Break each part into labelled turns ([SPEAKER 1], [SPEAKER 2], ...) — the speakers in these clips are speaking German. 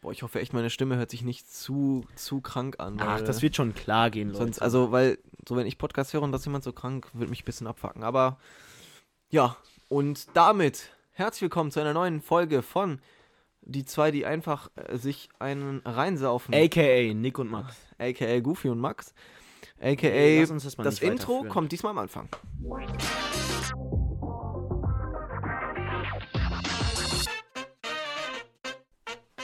[SPEAKER 1] Boah, ich hoffe echt, meine Stimme hört sich nicht zu, zu krank an.
[SPEAKER 2] Ach,
[SPEAKER 1] weil-
[SPEAKER 2] das wird schon klar gehen, Leute.
[SPEAKER 1] Sonst, also, weil, so wenn ich Podcast höre und dass jemand so krank, wird mich ein bisschen abfacken. Aber ja, und damit herzlich willkommen zu einer neuen Folge von Die zwei, die einfach äh, sich einen reinsaufen.
[SPEAKER 2] AKA Nick und Max.
[SPEAKER 1] AKA Goofy und Max. AKA
[SPEAKER 2] lass uns das
[SPEAKER 1] das,
[SPEAKER 2] mal nicht
[SPEAKER 1] Intro
[SPEAKER 2] weiterführen.
[SPEAKER 1] kommt diesmal am Anfang.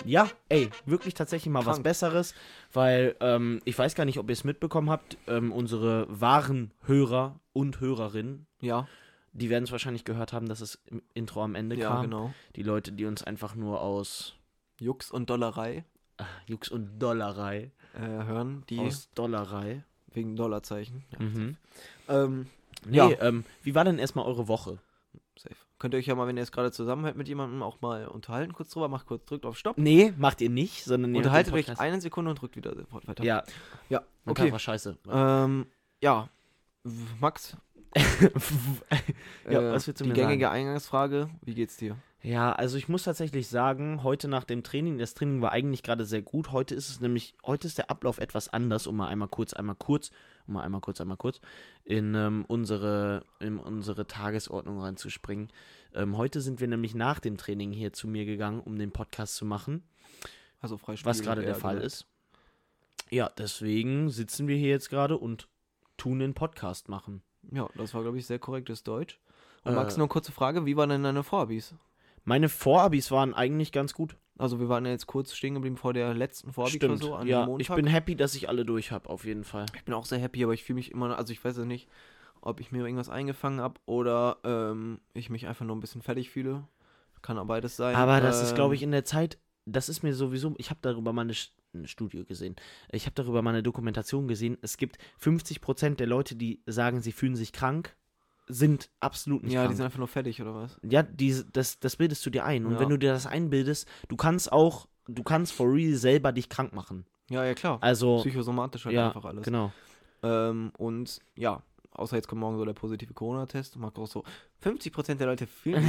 [SPEAKER 2] Ja, ey, wirklich tatsächlich mal was
[SPEAKER 1] Krank.
[SPEAKER 2] Besseres, weil ähm, ich weiß gar nicht, ob ihr es mitbekommen habt, ähm, unsere wahren Hörer und Hörerinnen,
[SPEAKER 1] Ja,
[SPEAKER 2] die werden es wahrscheinlich gehört haben, dass es im Intro am Ende
[SPEAKER 1] ja,
[SPEAKER 2] kam.
[SPEAKER 1] genau.
[SPEAKER 2] Die Leute, die uns einfach nur aus
[SPEAKER 1] Jux und Dollerei
[SPEAKER 2] ah, Jux und Dollerei,
[SPEAKER 1] äh, hören, die
[SPEAKER 2] aus Dollerei.
[SPEAKER 1] wegen Dollarzeichen. Ja,
[SPEAKER 2] Mhm.
[SPEAKER 1] ähm,
[SPEAKER 2] Nee,
[SPEAKER 1] Ja.
[SPEAKER 2] ähm, wie war denn erstmal eure Woche?
[SPEAKER 1] safe. Könnt ihr euch ja mal, wenn ihr jetzt gerade zusammen seid mit jemandem, auch mal unterhalten, kurz drüber, macht kurz, drückt auf Stopp.
[SPEAKER 2] Nee, macht ihr nicht, sondern ihr
[SPEAKER 1] Unterhaltet
[SPEAKER 2] habt den
[SPEAKER 1] euch
[SPEAKER 2] Podcast-
[SPEAKER 1] eine Sekunde und drückt wieder sofort weiter.
[SPEAKER 2] Ja,
[SPEAKER 1] ja.
[SPEAKER 2] mein Tag
[SPEAKER 1] okay.
[SPEAKER 2] war scheiße.
[SPEAKER 1] Ähm, ja, W- Max,
[SPEAKER 2] Äh.
[SPEAKER 1] äh,
[SPEAKER 2] Ja, was willst du
[SPEAKER 1] die
[SPEAKER 2] mir
[SPEAKER 1] gängige Eingangsfrage, wie geht's dir?
[SPEAKER 2] Ja, also ich muss tatsächlich sagen, heute nach dem Training, das Training war eigentlich gerade sehr gut. Heute ist es nämlich, heute ist der Ablauf etwas anders, um mal einmal kurz, einmal kurz, um mal einmal kurz, einmal kurz in ähm, unsere in unsere Tagesordnung reinzuspringen. Ähm, heute sind wir nämlich nach dem Training hier zu mir gegangen, um den Podcast zu machen,
[SPEAKER 1] Also Freispiel.
[SPEAKER 2] was gerade der
[SPEAKER 1] eher
[SPEAKER 2] Fall
[SPEAKER 1] gesagt.
[SPEAKER 2] ist. Ja, deswegen sitzen wir hier jetzt gerade und tun den Podcast machen.
[SPEAKER 1] Ja, das war, glaube ich, sehr korrektes Deutsch. Und
[SPEAKER 2] Äh,
[SPEAKER 1] Max, nur kurze Frage, wie waren denn deine Vorbis?
[SPEAKER 2] Meine Vorabis waren eigentlich ganz gut.
[SPEAKER 1] Also wir waren ja jetzt kurz stehen geblieben vor der letzten
[SPEAKER 2] Stimmt.
[SPEAKER 1] Vorabi-Klausur an
[SPEAKER 2] ja,
[SPEAKER 1] Montag.
[SPEAKER 2] ich bin happy, dass ich alle durch habe, auf jeden Fall.
[SPEAKER 1] Ich bin auch sehr happy, aber ich fühle mich immer, also ich weiß es nicht, ob ich mir irgendwas eingefangen habe oder ähm, ich mich einfach nur ein bisschen fertig fühle. Kann auch beides sein.
[SPEAKER 2] Aber das ist, glaube ich,
[SPEAKER 1] Ähm,
[SPEAKER 2] in der Zeit, das ist mir sowieso, ich habe darüber mal eine, Sch- eine Studie gesehen, ich habe darüber mal eine Dokumentation gesehen, es gibt 50% der Leute, die sagen, sie fühlen sich krank, sind absolut nicht
[SPEAKER 1] Ja,
[SPEAKER 2] krank.
[SPEAKER 1] die sind einfach nur fertig, oder was?
[SPEAKER 2] ja, die, das, das bildest du dir ein. Und
[SPEAKER 1] Ja.
[SPEAKER 2] wenn du dir das einbildest, du kannst auch, du kannst for real selber dich krank machen.
[SPEAKER 1] Ja, ja, klar.
[SPEAKER 2] Also,
[SPEAKER 1] Psychosomatisch halt
[SPEAKER 2] ja,
[SPEAKER 1] einfach alles.
[SPEAKER 2] genau.
[SPEAKER 1] Ähm, und ja, außer jetzt kommt morgen so der positive Corona-Test. Mag auch so 50% der Leute fühlen.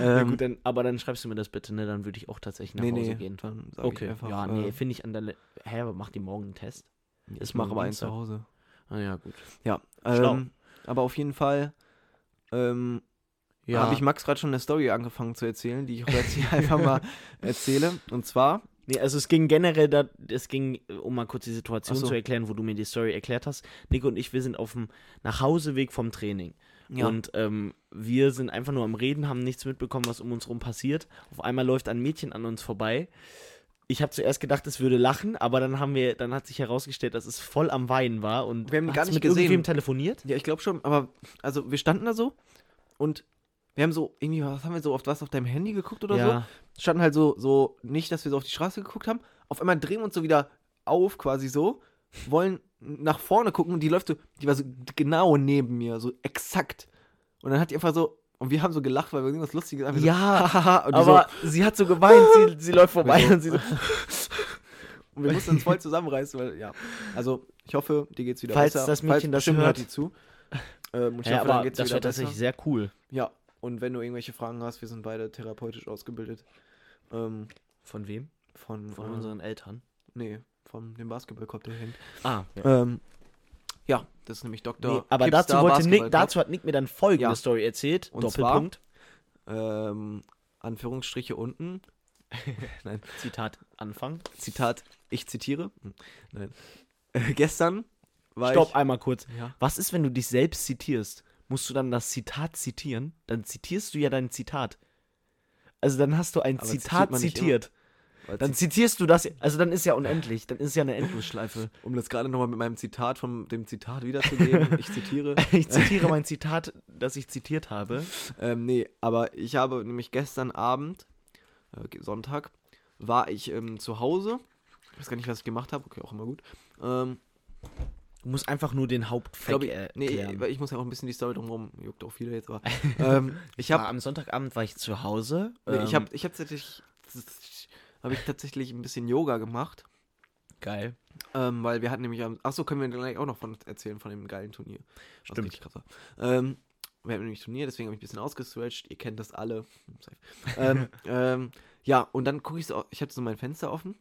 [SPEAKER 2] ja,
[SPEAKER 1] ähm,
[SPEAKER 2] gut, dann, aber dann schreibst du mir das bitte, ne? Dann würde ich auch tatsächlich nach
[SPEAKER 1] nee,
[SPEAKER 2] Hause
[SPEAKER 1] nee,
[SPEAKER 2] gehen.
[SPEAKER 1] dann sag
[SPEAKER 2] Okay,
[SPEAKER 1] ich einfach.
[SPEAKER 2] ja, nee,
[SPEAKER 1] äh,
[SPEAKER 2] finde ich an der. Le Hä, aber macht die morgen einen Test?
[SPEAKER 1] ich
[SPEAKER 2] ist
[SPEAKER 1] mache
[SPEAKER 2] morgen
[SPEAKER 1] aber eins
[SPEAKER 2] Dienstag.
[SPEAKER 1] zu Hause.
[SPEAKER 2] Ah, ja, gut.
[SPEAKER 1] Ja,
[SPEAKER 2] Schlau.
[SPEAKER 1] ähm, aber auf jeden Fall ähm,
[SPEAKER 2] Ja,
[SPEAKER 1] habe ich Max gerade schon eine Story angefangen zu erzählen, die ich auch jetzt hier einfach mal erzähle. Und zwar,
[SPEAKER 2] Nee, also es ging generell, da, es ging, äh, um mal kurz die Situation
[SPEAKER 1] Ach so.
[SPEAKER 2] zu erklären, wo du mir die Story erklärt hast. Nick und ich, wir sind auf dem Nachhauseweg vom Training.
[SPEAKER 1] ja,
[SPEAKER 2] Und ähm, wir sind einfach nur am Reden, haben nichts mitbekommen, was um uns rum passiert. Auf einmal läuft ein Mädchen an uns vorbei. Ich habe zuerst gedacht, es würde lachen, aber dann haben wir, dann hat sich herausgestellt, dass es voll am Weinen war und
[SPEAKER 1] Wir haben die gar
[SPEAKER 2] hat's
[SPEAKER 1] nicht
[SPEAKER 2] mit
[SPEAKER 1] gesehen.
[SPEAKER 2] irgendwem telefoniert.
[SPEAKER 1] ja ich glaube schon, aber also wir standen da so und wir haben so, irgendwie, was haben wir so oft was auf deinem Handy geguckt oder so?
[SPEAKER 2] ja,
[SPEAKER 1] standen halt so, so nicht, dass wir so auf die Straße geguckt haben. Auf einmal drehen wir uns so wieder auf, quasi so, wollen nach vorne gucken und die läuft so, die war so genau neben mir, so exakt. Und dann hat die einfach so, und wir haben so gelacht, weil wir irgendwas Lustiges einfach
[SPEAKER 2] ja,
[SPEAKER 1] so, haha, und die
[SPEAKER 2] aber sie hat so geweint, sie, sie läuft vorbei
[SPEAKER 1] so-
[SPEAKER 2] und sie so,
[SPEAKER 1] so, und wir mussten uns voll zusammenreißen, weil, ja. Also, ich hoffe, dir geht's wieder
[SPEAKER 2] Falls
[SPEAKER 1] besser.
[SPEAKER 2] das Mädchen das
[SPEAKER 1] bestimmt
[SPEAKER 2] hört.
[SPEAKER 1] die zu. Ähm, und ich
[SPEAKER 2] ja,
[SPEAKER 1] hoffe, dann
[SPEAKER 2] aber
[SPEAKER 1] geht's
[SPEAKER 2] das
[SPEAKER 1] wieder
[SPEAKER 2] war
[SPEAKER 1] besser.
[SPEAKER 2] tatsächlich sehr cool.
[SPEAKER 1] Ja, und wenn du irgendwelche Fragen hast, wir sind beide therapeutisch ausgebildet. Ähm,
[SPEAKER 2] Von wem?
[SPEAKER 1] von,
[SPEAKER 2] Von
[SPEAKER 1] äh,
[SPEAKER 2] unseren Eltern.
[SPEAKER 1] Nee, von dem Basketballkorb, der hängt.
[SPEAKER 2] Ah,
[SPEAKER 1] Ähm, ja, das ist nämlich Dr.
[SPEAKER 2] Nee, aber dazu,
[SPEAKER 1] Kipstar
[SPEAKER 2] wollte Nick,
[SPEAKER 1] Basketball ne?
[SPEAKER 2] dazu hat Nick mir dann folgende
[SPEAKER 1] Ja.
[SPEAKER 2] Story erzählt.
[SPEAKER 1] Und
[SPEAKER 2] Doppelpunkt.
[SPEAKER 1] Club. Ähm, Anführungsstriche unten. Nein,
[SPEAKER 2] Zitat Anfang.
[SPEAKER 1] Zitat, ich zitiere. Hm, Nein. Äh, gestern war
[SPEAKER 2] Stopp, einmal kurz.
[SPEAKER 1] ich. Ja.
[SPEAKER 2] Was ist, wenn du dich selbst zitierst? Musst du dann das Zitat zitieren? Dann zitierst du ja dein Zitat. Also dann hast du ein
[SPEAKER 1] Aber zitiert
[SPEAKER 2] Zitat
[SPEAKER 1] man nicht
[SPEAKER 2] zitiert.
[SPEAKER 1] weil
[SPEAKER 2] Dann
[SPEAKER 1] Zit-
[SPEAKER 2] zitierst du das. Also dann ist ja unendlich. Dann ist ja eine Endlosschleife.
[SPEAKER 1] um das gerade nochmal mit meinem Zitat von dem Zitat wiederzugeben, ich zitiere.
[SPEAKER 2] Ich zitiere mein Zitat, das ich zitiert habe.
[SPEAKER 1] Ähm, nee, aber ich habe nämlich gestern Abend, äh, ge- Sonntag, war ich ähm, zu Hause. Ich weiß gar nicht, was ich gemacht habe. Okay, auch immer gut. Ähm,
[SPEAKER 2] Du musst einfach nur den Hauptfact
[SPEAKER 1] glaub ich,
[SPEAKER 2] erklären.
[SPEAKER 1] nee, ich, ich muss ja auch ein bisschen die Story drumherum, juckt auch viele jetzt, aber ähm, ich habe
[SPEAKER 2] War am Sonntagabend war ich zu Hause.
[SPEAKER 1] Nee, ich
[SPEAKER 2] Ah,
[SPEAKER 1] habe
[SPEAKER 2] ähm,
[SPEAKER 1] ich hab tatsächlich, hab ich tatsächlich ein bisschen Yoga gemacht,
[SPEAKER 2] geil.
[SPEAKER 1] ähm, weil wir hatten nämlich am. Achso, können wir gleich auch noch von erzählen, von dem geilen Turnier. was
[SPEAKER 2] Stimmt.
[SPEAKER 1] richtig krass war. Ähm, Wir hatten nämlich Turnier, deswegen habe ich ein bisschen ausgestretched. Ihr kennt das alle. Safe. ähm, ähm, ja, und dann gucke ich so, ich hatte so mein Fenster offen.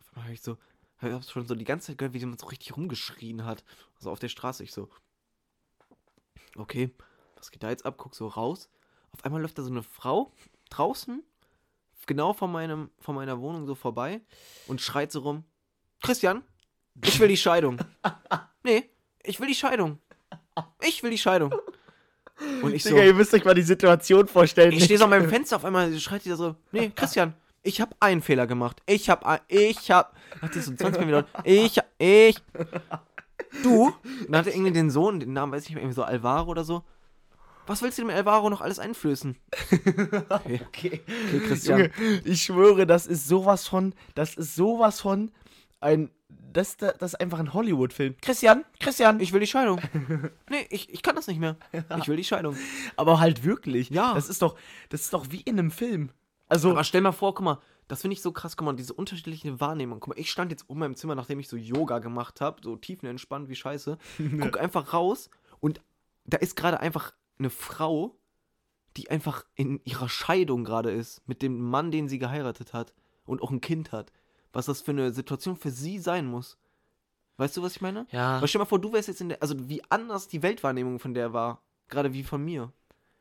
[SPEAKER 1] Auf einmal habe ich so, habe schon so die ganze Zeit gehört, wie jemand so richtig rumgeschrien hat. Also auf der Straße. Ich so, okay, was geht da jetzt ab? Guck so raus. Auf einmal läuft da so eine Frau draußen, genau vor, meinem, vor meiner Wohnung so vorbei und schreit so rum: Christian, ich will die Scheidung. Nee, ich will die Scheidung. Ich will die Scheidung. Und ich so,
[SPEAKER 2] Digga, ihr müsst euch mal die Situation vorstellen.
[SPEAKER 1] ich stehe so an meinem Fenster, auf einmal schreit die da so: Nee, Christian, ich habe einen Fehler gemacht. Ich habe, ein- ich habe, hat die so 20 Minuten, ich, ich, du. Und dann hatte irgendwie den Sohn, den Namen weiß ich nicht mehr, irgendwie so Alvaro oder so. Was willst du dem Alvaro noch alles einflößen? Okay,
[SPEAKER 2] Okay.
[SPEAKER 1] okay Christian.
[SPEAKER 2] Junge, ich schwöre, das ist sowas von, das ist sowas von ein, das, das ist einfach ein Hollywood-Film. Christian, Christian.
[SPEAKER 1] Ich will die Scheidung. Nee, ich, ich kann das nicht mehr. Ich will die Scheidung.
[SPEAKER 2] aber halt wirklich.
[SPEAKER 1] Ja.
[SPEAKER 2] Das ist doch, das ist doch wie in einem Film. Also,
[SPEAKER 1] Aber stell mal vor, guck mal, das finde ich so krass, guck mal, diese unterschiedliche Wahrnehmung. Guck mal, ich stand jetzt um meinem Zimmer, nachdem ich so Yoga gemacht habe, so tiefenentspannt wie scheiße. Guck einfach raus und da ist gerade einfach eine Frau, die einfach in ihrer Scheidung gerade ist, mit dem Mann, den sie geheiratet hat und auch ein Kind hat. Was das für eine Situation für sie sein muss. Weißt du, was ich meine?
[SPEAKER 2] ja.
[SPEAKER 1] Aber stell mal vor, du wärst jetzt in der, also wie anders die Weltwahrnehmung von der war, gerade wie von mir.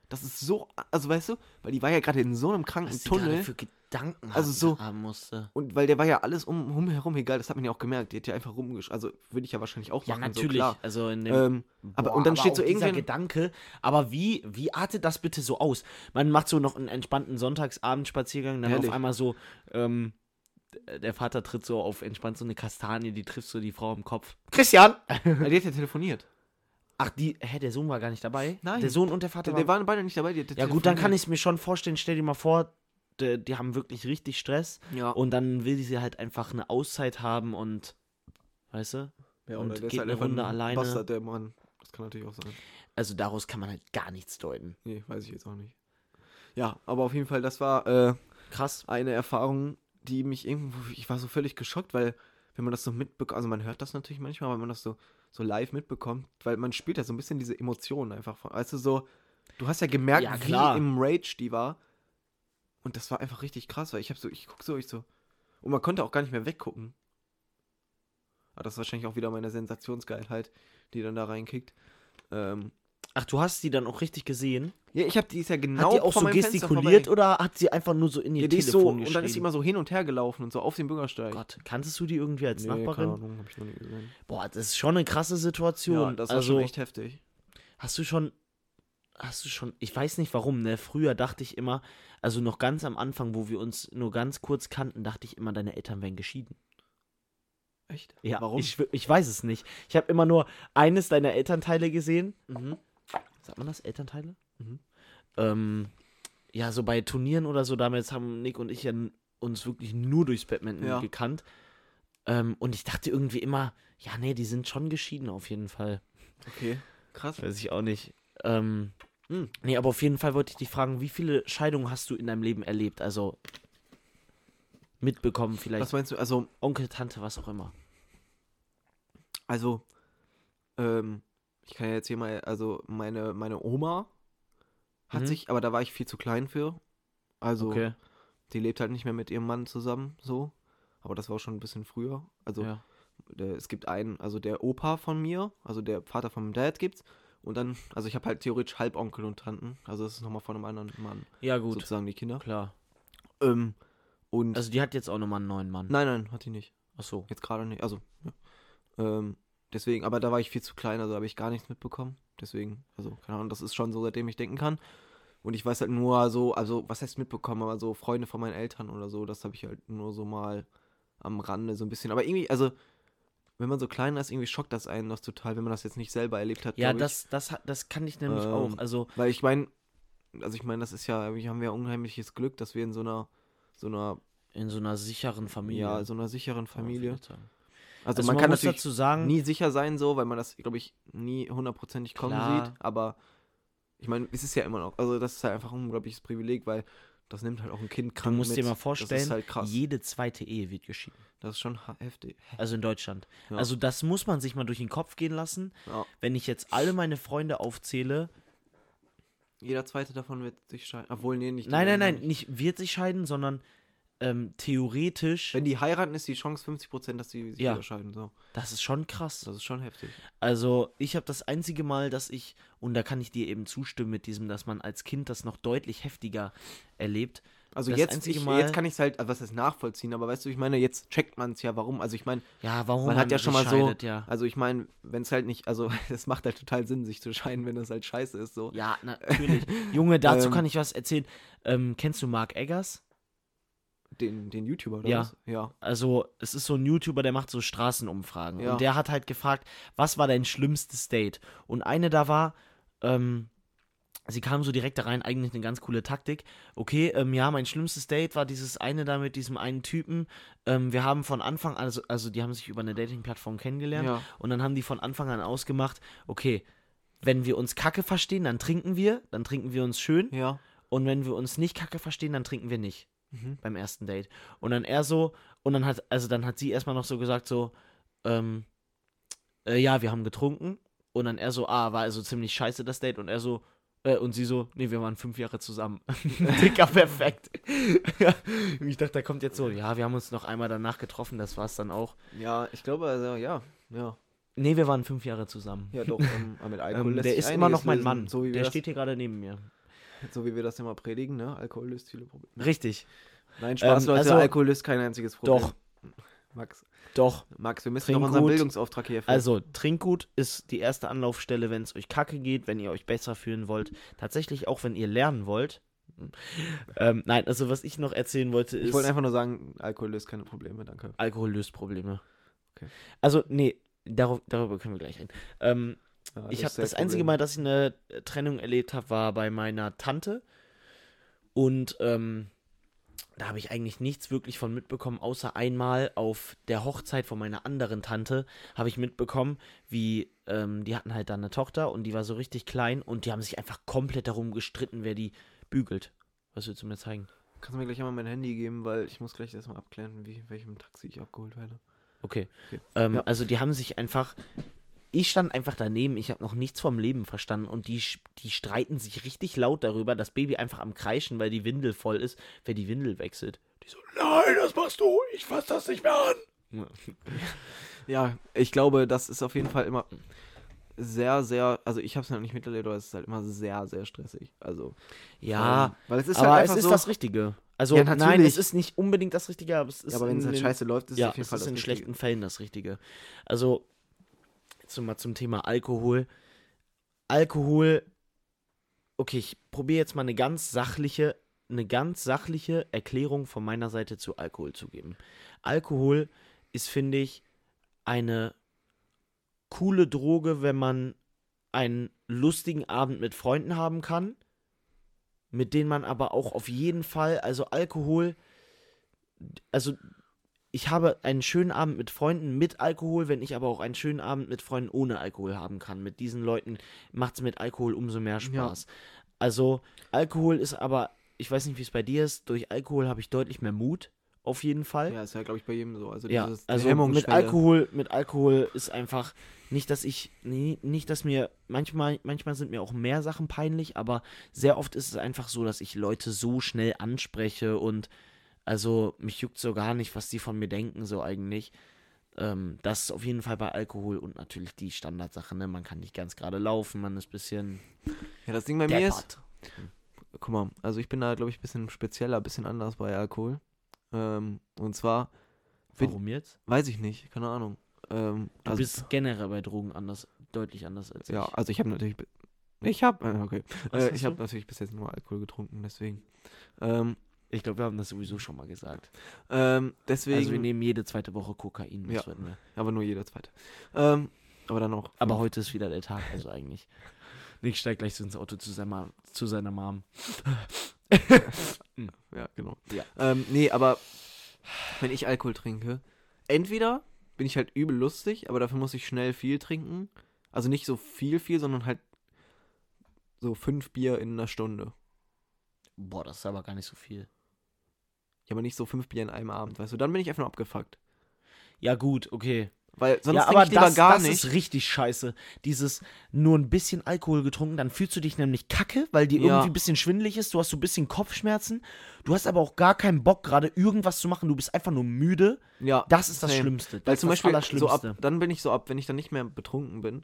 [SPEAKER 1] Das ist so, also weißt du, weil die war ja gerade in so einem kranken
[SPEAKER 2] was die gerade
[SPEAKER 1] Tunnel
[SPEAKER 2] für Gedanken
[SPEAKER 1] Also so-
[SPEAKER 2] haben musste.
[SPEAKER 1] und weil der war ja alles um, umherum egal, das hat man ja auch gemerkt, die hat ja einfach rumgesch, also würde ich ja wahrscheinlich auch
[SPEAKER 2] Ja,
[SPEAKER 1] machen, so
[SPEAKER 2] natürlich.
[SPEAKER 1] klar.
[SPEAKER 2] also in dem
[SPEAKER 1] Ähm, aber und dann
[SPEAKER 2] Boah,
[SPEAKER 1] steht so
[SPEAKER 2] auch dieser
[SPEAKER 1] irgendwie
[SPEAKER 2] Gedanke, aber wie, wie artet das bitte so aus? Man macht so noch einen entspannten Sonntagsabendspaziergang, dann
[SPEAKER 1] Herrlich.
[SPEAKER 2] auf einmal so, ähm, d- der Vater tritt so auf entspannt so eine Kastanie, die trifft so die Frau im Kopf. Christian!
[SPEAKER 1] Ja, die hat ja telefoniert.
[SPEAKER 2] Ach, die, hä, der Sohn war gar nicht dabei?
[SPEAKER 1] Nein.
[SPEAKER 2] Der Sohn und der Vater
[SPEAKER 1] Der, der
[SPEAKER 2] waren.
[SPEAKER 1] waren beide nicht dabei, die hat
[SPEAKER 2] ja gut, dann kann ich es mir schon vorstellen, stell dir mal vor, die, die haben wirklich richtig Stress
[SPEAKER 1] Ja,
[SPEAKER 2] und dann will sie halt einfach eine Auszeit haben und, weißt du?
[SPEAKER 1] ja
[SPEAKER 2] und geht eine Runde alleine.
[SPEAKER 1] halt Bastard, der Mann. Das kann natürlich auch sein.
[SPEAKER 2] Also daraus kann man halt gar nichts deuten.
[SPEAKER 1] Nee, weiß ich jetzt auch nicht. Ja, aber auf jeden Fall, das war äh,
[SPEAKER 2] Krass.
[SPEAKER 1] eine Erfahrung, die mich irgendwo, ich war so völlig geschockt, weil wenn man das so mitbekommt, also man hört das natürlich manchmal, aber wenn man das so, so live mitbekommt, weil man spielt ja so ein bisschen diese Emotionen einfach von, weißt du, so, du hast ja gemerkt,
[SPEAKER 2] Ja, klar.
[SPEAKER 1] wie im Rage die war und das war einfach richtig krass, weil ich hab so, ich guck so, ich so, und man konnte auch gar nicht mehr weggucken. Aber das ist wahrscheinlich auch wieder meine Sensationsgeilheit, die dann da reinkickt. Ähm,
[SPEAKER 2] Ach, du hast sie dann auch richtig gesehen?
[SPEAKER 1] ja, ich habe die ist ja genau
[SPEAKER 2] Hat die auch
[SPEAKER 1] vor
[SPEAKER 2] so
[SPEAKER 1] meinem Fenster
[SPEAKER 2] gestikuliert
[SPEAKER 1] vorbei.
[SPEAKER 2] oder hat sie einfach nur so in ihr
[SPEAKER 1] Ja, die
[SPEAKER 2] Telefon
[SPEAKER 1] ist so,
[SPEAKER 2] geschrien?
[SPEAKER 1] und dann ist sie immer so hin und her gelaufen und so auf dem Bürgersteig.
[SPEAKER 2] Gott, kanntest du die irgendwie als
[SPEAKER 1] Keine
[SPEAKER 2] Nachbarin?
[SPEAKER 1] Ahnung, hab ich noch nie gesehen.
[SPEAKER 2] Boah, das ist schon eine krasse Situation.
[SPEAKER 1] Ja, das war
[SPEAKER 2] also,
[SPEAKER 1] schon echt heftig.
[SPEAKER 2] hast du schon hast du schon ich weiß nicht warum, ne? Früher dachte ich immer, also noch ganz am Anfang, wo wir uns nur ganz kurz kannten, dachte ich immer, deine Eltern wären geschieden.
[SPEAKER 1] Echt?
[SPEAKER 2] Ja,
[SPEAKER 1] Warum?
[SPEAKER 2] Ich, schwör- ich weiß es nicht. Ich habe immer nur eines deiner Elternteile gesehen.
[SPEAKER 1] mhm.
[SPEAKER 2] Sagt man das? Elternteile?
[SPEAKER 1] Mhm.
[SPEAKER 2] Ähm, ja, so bei Turnieren oder so, damals haben Nick und ich ja n- uns wirklich nur durchs Badminton
[SPEAKER 1] Ja.
[SPEAKER 2] gekannt. Ähm, und ich dachte irgendwie immer, ja, nee, die sind schon geschieden auf jeden Fall.
[SPEAKER 1] Okay. Krass.
[SPEAKER 2] Weiß ich auch nicht. Ähm,
[SPEAKER 1] Hm.
[SPEAKER 2] Nee, aber auf jeden Fall wollte ich dich fragen, wie viele Scheidungen hast du in deinem Leben erlebt? Also mitbekommen, vielleicht
[SPEAKER 1] Was meinst du? Also,
[SPEAKER 2] Onkel, Tante, was auch immer.
[SPEAKER 1] also, ähm, ich kann ja jetzt hier mal, also meine, meine Oma hat
[SPEAKER 2] Mhm.
[SPEAKER 1] sich, aber da war ich viel zu klein für. Also,
[SPEAKER 2] Okay.
[SPEAKER 1] die lebt halt nicht mehr mit ihrem Mann zusammen, so. Aber das war auch schon ein bisschen früher. Also,
[SPEAKER 2] Ja.
[SPEAKER 1] der, es gibt einen, also der Opa von mir, also der Vater von meinem Dad gibt's. Und dann, also ich habe halt theoretisch Halbonkel und Tanten. Also, das ist nochmal von einem anderen Mann,
[SPEAKER 2] ja, gut,
[SPEAKER 1] sozusagen die Kinder.
[SPEAKER 2] klar.
[SPEAKER 1] Ähm, und
[SPEAKER 2] Also die hat jetzt auch nochmal einen neuen Mann.
[SPEAKER 1] Nein, nein, hat die nicht.
[SPEAKER 2] Ach so.
[SPEAKER 1] Jetzt gerade nicht. Also, ja. ähm, deswegen, aber da war ich viel zu klein, also habe ich gar nichts mitbekommen. Deswegen, also, keine Ahnung, das ist schon so, seitdem ich denken kann. Und ich weiß halt nur so, also, was heißt mitbekommen, aber so Freunde von meinen Eltern oder so, das habe ich halt nur so mal am Rande so ein bisschen. Aber irgendwie, also, wenn man so klein ist, irgendwie schockt das einen das total, wenn man das jetzt nicht selber erlebt hat.
[SPEAKER 2] Ja,
[SPEAKER 1] glaub ich.
[SPEAKER 2] das, das, hat- das kann ich nämlich
[SPEAKER 1] Ähm,
[SPEAKER 2] auch. Also,
[SPEAKER 1] Weil ich meine, also ich meine, das ist ja, wir haben ja unheimliches Glück, dass wir in so einer, so einer,
[SPEAKER 2] in so einer sicheren Familie.
[SPEAKER 1] ja, so einer sicheren
[SPEAKER 2] kann man
[SPEAKER 1] Familie.
[SPEAKER 2] vielleicht sagen.
[SPEAKER 1] Also,
[SPEAKER 2] Also,
[SPEAKER 1] man, kann
[SPEAKER 2] muss
[SPEAKER 1] natürlich
[SPEAKER 2] dazu sagen,
[SPEAKER 1] nie sicher sein, so, weil man das, glaube ich, nie hundertprozentig kommen
[SPEAKER 2] Klar.
[SPEAKER 1] sieht. Aber ich meine, es ist ja immer noch. Also, das ist halt einfach ein unglaubliches Privileg, weil das nimmt halt auch ein Kind
[SPEAKER 2] du
[SPEAKER 1] krank
[SPEAKER 2] musst
[SPEAKER 1] mit.
[SPEAKER 2] dir mal
[SPEAKER 1] Das
[SPEAKER 2] vorstellen,
[SPEAKER 1] ist halt krass.
[SPEAKER 2] jede zweite Ehe wird geschieden.
[SPEAKER 1] Das ist schon ha- heftig.
[SPEAKER 2] Also in Deutschland.
[SPEAKER 1] Ja.
[SPEAKER 2] Also das muss man sich mal durch den Kopf gehen lassen.
[SPEAKER 1] Ja.
[SPEAKER 2] Wenn ich jetzt alle meine Freunde aufzähle,
[SPEAKER 1] Jeder zweite davon wird sich scheiden. Obwohl, nee, nicht.
[SPEAKER 2] Nein,
[SPEAKER 1] die
[SPEAKER 2] nein, nein,
[SPEAKER 1] werden nicht.
[SPEAKER 2] nicht wird sich scheiden, sondern ähm, theoretisch.
[SPEAKER 1] Wenn die heiraten, ist die Chance 50%, dass sie sich
[SPEAKER 2] Ja.
[SPEAKER 1] wieder scheiden. So.
[SPEAKER 2] Das ist schon krass.
[SPEAKER 1] Das ist schon heftig.
[SPEAKER 2] Also ich habe das einzige Mal, dass ich, und da kann ich dir eben zustimmen mit diesem, dass man als Kind das noch deutlich heftiger erlebt.
[SPEAKER 1] Also
[SPEAKER 2] Das
[SPEAKER 1] jetzt,
[SPEAKER 2] einzige
[SPEAKER 1] ich,
[SPEAKER 2] Mal-
[SPEAKER 1] jetzt kann ich es halt, also was heißt nachvollziehen, aber weißt du, ich meine, jetzt checkt man es ja, warum. Also ich meine,
[SPEAKER 2] Ja, warum
[SPEAKER 1] man hat ja
[SPEAKER 2] sich
[SPEAKER 1] schon mal so,
[SPEAKER 2] scheidet, ja.
[SPEAKER 1] also ich meine, wenn es halt nicht, also es macht halt total Sinn, sich zu scheiden, wenn das halt scheiße ist, so.
[SPEAKER 2] Ja, natürlich. Junge, dazu
[SPEAKER 1] Ähm.
[SPEAKER 2] kann ich was erzählen. Ähm, kennst du Mark Eggers?
[SPEAKER 1] Den, den YouTuber oder
[SPEAKER 2] Ja.
[SPEAKER 1] was? Ja.
[SPEAKER 2] Also, es ist so ein YouTuber, der macht so Straßenumfragen.
[SPEAKER 1] Ja.
[SPEAKER 2] Und der hat halt gefragt, was war dein schlimmstes Date? Und eine da war, ähm, sie kam so direkt da rein, eigentlich eine ganz coole Taktik. Okay, ähm, ja, mein schlimmstes Date war dieses eine da mit diesem einen Typen. Ähm, wir haben von Anfang an, also, also die haben sich über eine Dating-Plattform
[SPEAKER 1] Ja.
[SPEAKER 2] kennengelernt. Und dann haben die von Anfang an ausgemacht, okay, wenn wir uns kacke verstehen, dann trinken wir, dann trinken wir uns schön.
[SPEAKER 1] Ja.
[SPEAKER 2] Und wenn wir uns nicht kacke verstehen, dann trinken wir nicht
[SPEAKER 1] Mhm.
[SPEAKER 2] beim ersten Date. Und dann er so, und dann hat, also dann hat sie erstmal noch so gesagt, so, ähm, äh, ja, wir haben getrunken. Und dann er so, ah, war also ziemlich scheiße das Date. Und er so, äh, und sie so, nee, wir waren fünf Jahre zusammen. Dicker perfekt. ja, ich dachte, da kommt jetzt so, ja, wir haben uns noch einmal danach getroffen, das war's dann auch.
[SPEAKER 1] ja, ich glaube, also, ja. Ja,
[SPEAKER 2] Nee, wir waren fünf Jahre zusammen.
[SPEAKER 1] ja doch, ähm, aber mit Alkohol
[SPEAKER 2] Ähm,
[SPEAKER 1] lässt
[SPEAKER 2] der
[SPEAKER 1] sich
[SPEAKER 2] ist immer noch
[SPEAKER 1] einiges
[SPEAKER 2] mein
[SPEAKER 1] lösen,
[SPEAKER 2] Mann.
[SPEAKER 1] So wie, wir
[SPEAKER 2] der
[SPEAKER 1] das,
[SPEAKER 2] steht hier gerade neben mir.
[SPEAKER 1] so wie wir das immer predigen, ne? Alkohol löst viele Probleme.
[SPEAKER 2] Richtig.
[SPEAKER 1] Nein, Spaß,
[SPEAKER 2] Ähm,
[SPEAKER 1] Leute,
[SPEAKER 2] also-
[SPEAKER 1] Alkohol löst kein einziges Problem.
[SPEAKER 2] Doch,
[SPEAKER 1] Max,
[SPEAKER 2] doch.
[SPEAKER 1] Max wir müssen
[SPEAKER 2] Trink
[SPEAKER 1] doch unseren
[SPEAKER 2] gut.
[SPEAKER 1] Bildungsauftrag hier erfüllen.
[SPEAKER 2] Also, Trinkgut ist die erste Anlaufstelle, wenn es euch kacke geht, wenn ihr euch besser fühlen wollt. Tatsächlich auch, wenn ihr lernen wollt. Ähm, nein, also, was ich noch erzählen wollte, ist,
[SPEAKER 1] ich wollte einfach nur sagen, Alkohol löst keine Probleme, danke.
[SPEAKER 2] Alkohol löst Probleme.
[SPEAKER 1] Okay.
[SPEAKER 2] Also, nee, darauf, darüber können wir gleich reden. Ähm,
[SPEAKER 1] Ja,
[SPEAKER 2] ich
[SPEAKER 1] ist
[SPEAKER 2] habe
[SPEAKER 1] ne? sehr
[SPEAKER 2] das einzige
[SPEAKER 1] Problem.
[SPEAKER 2] Mal, dass ich eine äh, Trennung erlebt habe, war bei meiner Tante. Und ähm, da habe ich eigentlich nichts wirklich von mitbekommen, außer einmal auf der Hochzeit von meiner anderen Tante habe ich mitbekommen, wie ähm, die hatten halt da eine Tochter und die war so richtig klein und die haben sich einfach komplett darum gestritten, wer die bügelt. Was willst du mir zeigen?
[SPEAKER 1] Kannst du mir gleich einmal mein Handy geben, weil ich muss gleich erstmal abklären, wie welchem Taxi ich abgeholt werde.
[SPEAKER 2] Okay.
[SPEAKER 1] Okay.
[SPEAKER 2] Ähm,
[SPEAKER 1] Ja.
[SPEAKER 2] Also die haben sich einfach. Ich stand einfach daneben, ich habe noch nichts vom Leben verstanden und die, sch- die streiten sich richtig laut darüber, das Baby einfach am Kreischen, weil die Windel voll ist, wer die Windel wechselt. Die so, nein, das machst du, ich fass das nicht mehr an.
[SPEAKER 1] Ja, ich glaube, das ist auf jeden Fall immer sehr, sehr, also ich habe es noch nicht miterlebt, aber es ist halt immer sehr, sehr stressig. Also, ähm,
[SPEAKER 2] Ja,
[SPEAKER 1] weil es ist
[SPEAKER 2] aber
[SPEAKER 1] halt
[SPEAKER 2] es
[SPEAKER 1] einfach
[SPEAKER 2] ist
[SPEAKER 1] so,
[SPEAKER 2] das Richtige. Also
[SPEAKER 1] Ja,
[SPEAKER 2] nein,
[SPEAKER 1] natürlich.
[SPEAKER 2] es ist nicht unbedingt das Richtige, aber es ist
[SPEAKER 1] ja, aber wenn es
[SPEAKER 2] in
[SPEAKER 1] halt
[SPEAKER 2] den-
[SPEAKER 1] scheiße läuft, ist es
[SPEAKER 2] ja,
[SPEAKER 1] auf jeden
[SPEAKER 2] es
[SPEAKER 1] Fall
[SPEAKER 2] ist
[SPEAKER 1] das
[SPEAKER 2] in
[SPEAKER 1] Richtige.
[SPEAKER 2] schlechten Fällen das Richtige. Also, jetzt nochmal zum Thema Alkohol. Alkohol, okay, ich probiere jetzt mal eine ganz sachliche, eine ganz sachliche Erklärung von meiner Seite zu Alkohol zu geben. Alkohol ist, finde ich, eine coole Droge, wenn man einen lustigen Abend mit Freunden haben kann, mit denen man aber auch auf jeden Fall, also Alkohol, also ich habe einen schönen Abend mit Freunden mit Alkohol, wenn ich aber auch einen schönen Abend mit Freunden ohne Alkohol haben kann. Mit diesen Leuten macht es mit Alkohol umso mehr Spaß. Also Alkohol ist aber, ich weiß nicht, wie es bei dir ist, durch Alkohol habe ich deutlich mehr Mut, auf jeden Fall.
[SPEAKER 1] Ja, ist ja, glaube ich, bei jedem so. Also,
[SPEAKER 2] Ja,
[SPEAKER 1] dieses die
[SPEAKER 2] also mit
[SPEAKER 1] Hemmungsschwelle.
[SPEAKER 2] Alkohol, mit Alkohol ist einfach nicht, dass ich, nie- nicht, dass mir, manchmal, manchmal sind mir auch mehr Sachen peinlich, aber sehr oft ist es einfach so, dass ich Leute so schnell anspreche und also mich juckt so gar nicht, was die von mir denken, so eigentlich. Ähm, das ist auf jeden Fall bei Alkohol und natürlich die Standardsache, ne? Man kann nicht ganz gerade laufen, man ist ein bisschen
[SPEAKER 1] Ja, das Ding bei mir ist,
[SPEAKER 2] deppert.
[SPEAKER 1] guck mal, also ich bin da, glaube ich, ein bisschen spezieller, ein bisschen anders bei Alkohol. Ähm, und zwar, bin-
[SPEAKER 2] Warum jetzt?
[SPEAKER 1] weiß ich nicht, keine Ahnung. Ähm,
[SPEAKER 2] Du
[SPEAKER 1] also,
[SPEAKER 2] bist generell bei Drogen anders, deutlich anders als
[SPEAKER 1] Ja,
[SPEAKER 2] ich.
[SPEAKER 1] also ich habe natürlich. bi- Ich habe, okay.
[SPEAKER 2] Was
[SPEAKER 1] Äh,
[SPEAKER 2] hast
[SPEAKER 1] ich
[SPEAKER 2] du?
[SPEAKER 1] habe natürlich bis jetzt nur Alkohol getrunken, deswegen. Ähm,
[SPEAKER 2] Ich glaube, wir haben das sowieso schon mal gesagt.
[SPEAKER 1] ähm, deswegen.
[SPEAKER 2] Also wir nehmen jede zweite Woche Kokain. das
[SPEAKER 1] Ja.
[SPEAKER 2] wissen wir.
[SPEAKER 1] aber nur jeder zweite. Ähm, aber dann auch.
[SPEAKER 2] Aber heute ist wieder der Tag, also eigentlich. Nick steigt gleich so ins Auto zu, seiner Ma- zu seiner Mom.
[SPEAKER 1] Ja, genau.
[SPEAKER 2] Ja.
[SPEAKER 1] Ähm, nee, aber wenn ich Alkohol trinke, entweder bin ich halt übel lustig, aber dafür muss ich schnell viel trinken. Also nicht so viel, viel, sondern halt so fünf Bier in einer Stunde.
[SPEAKER 2] Boah, das ist aber gar nicht so viel.
[SPEAKER 1] Ja, aber nicht so fünf Bier in einem Abend, weißt du? Dann bin ich einfach nur abgefuckt.
[SPEAKER 2] Ja gut, okay.
[SPEAKER 1] Weil sonst
[SPEAKER 2] ja,
[SPEAKER 1] trinke
[SPEAKER 2] aber
[SPEAKER 1] ich lieber
[SPEAKER 2] das,
[SPEAKER 1] gar
[SPEAKER 2] das
[SPEAKER 1] nicht.
[SPEAKER 2] ist richtig scheiße. Dieses nur ein bisschen Alkohol getrunken, dann fühlst du dich nämlich kacke, weil dir
[SPEAKER 1] Ja.
[SPEAKER 2] irgendwie ein bisschen schwindelig ist, du hast so ein bisschen Kopfschmerzen, du hast aber auch gar keinen Bock gerade irgendwas zu machen, du bist einfach nur müde.
[SPEAKER 1] ja,
[SPEAKER 2] Das ist das
[SPEAKER 1] same.
[SPEAKER 2] Schlimmste. Das
[SPEAKER 1] Weil
[SPEAKER 2] ist
[SPEAKER 1] zum
[SPEAKER 2] das
[SPEAKER 1] Beispiel, so ab,
[SPEAKER 2] Allerschlimmste.
[SPEAKER 1] dann bin ich so ab, wenn ich dann nicht mehr betrunken bin,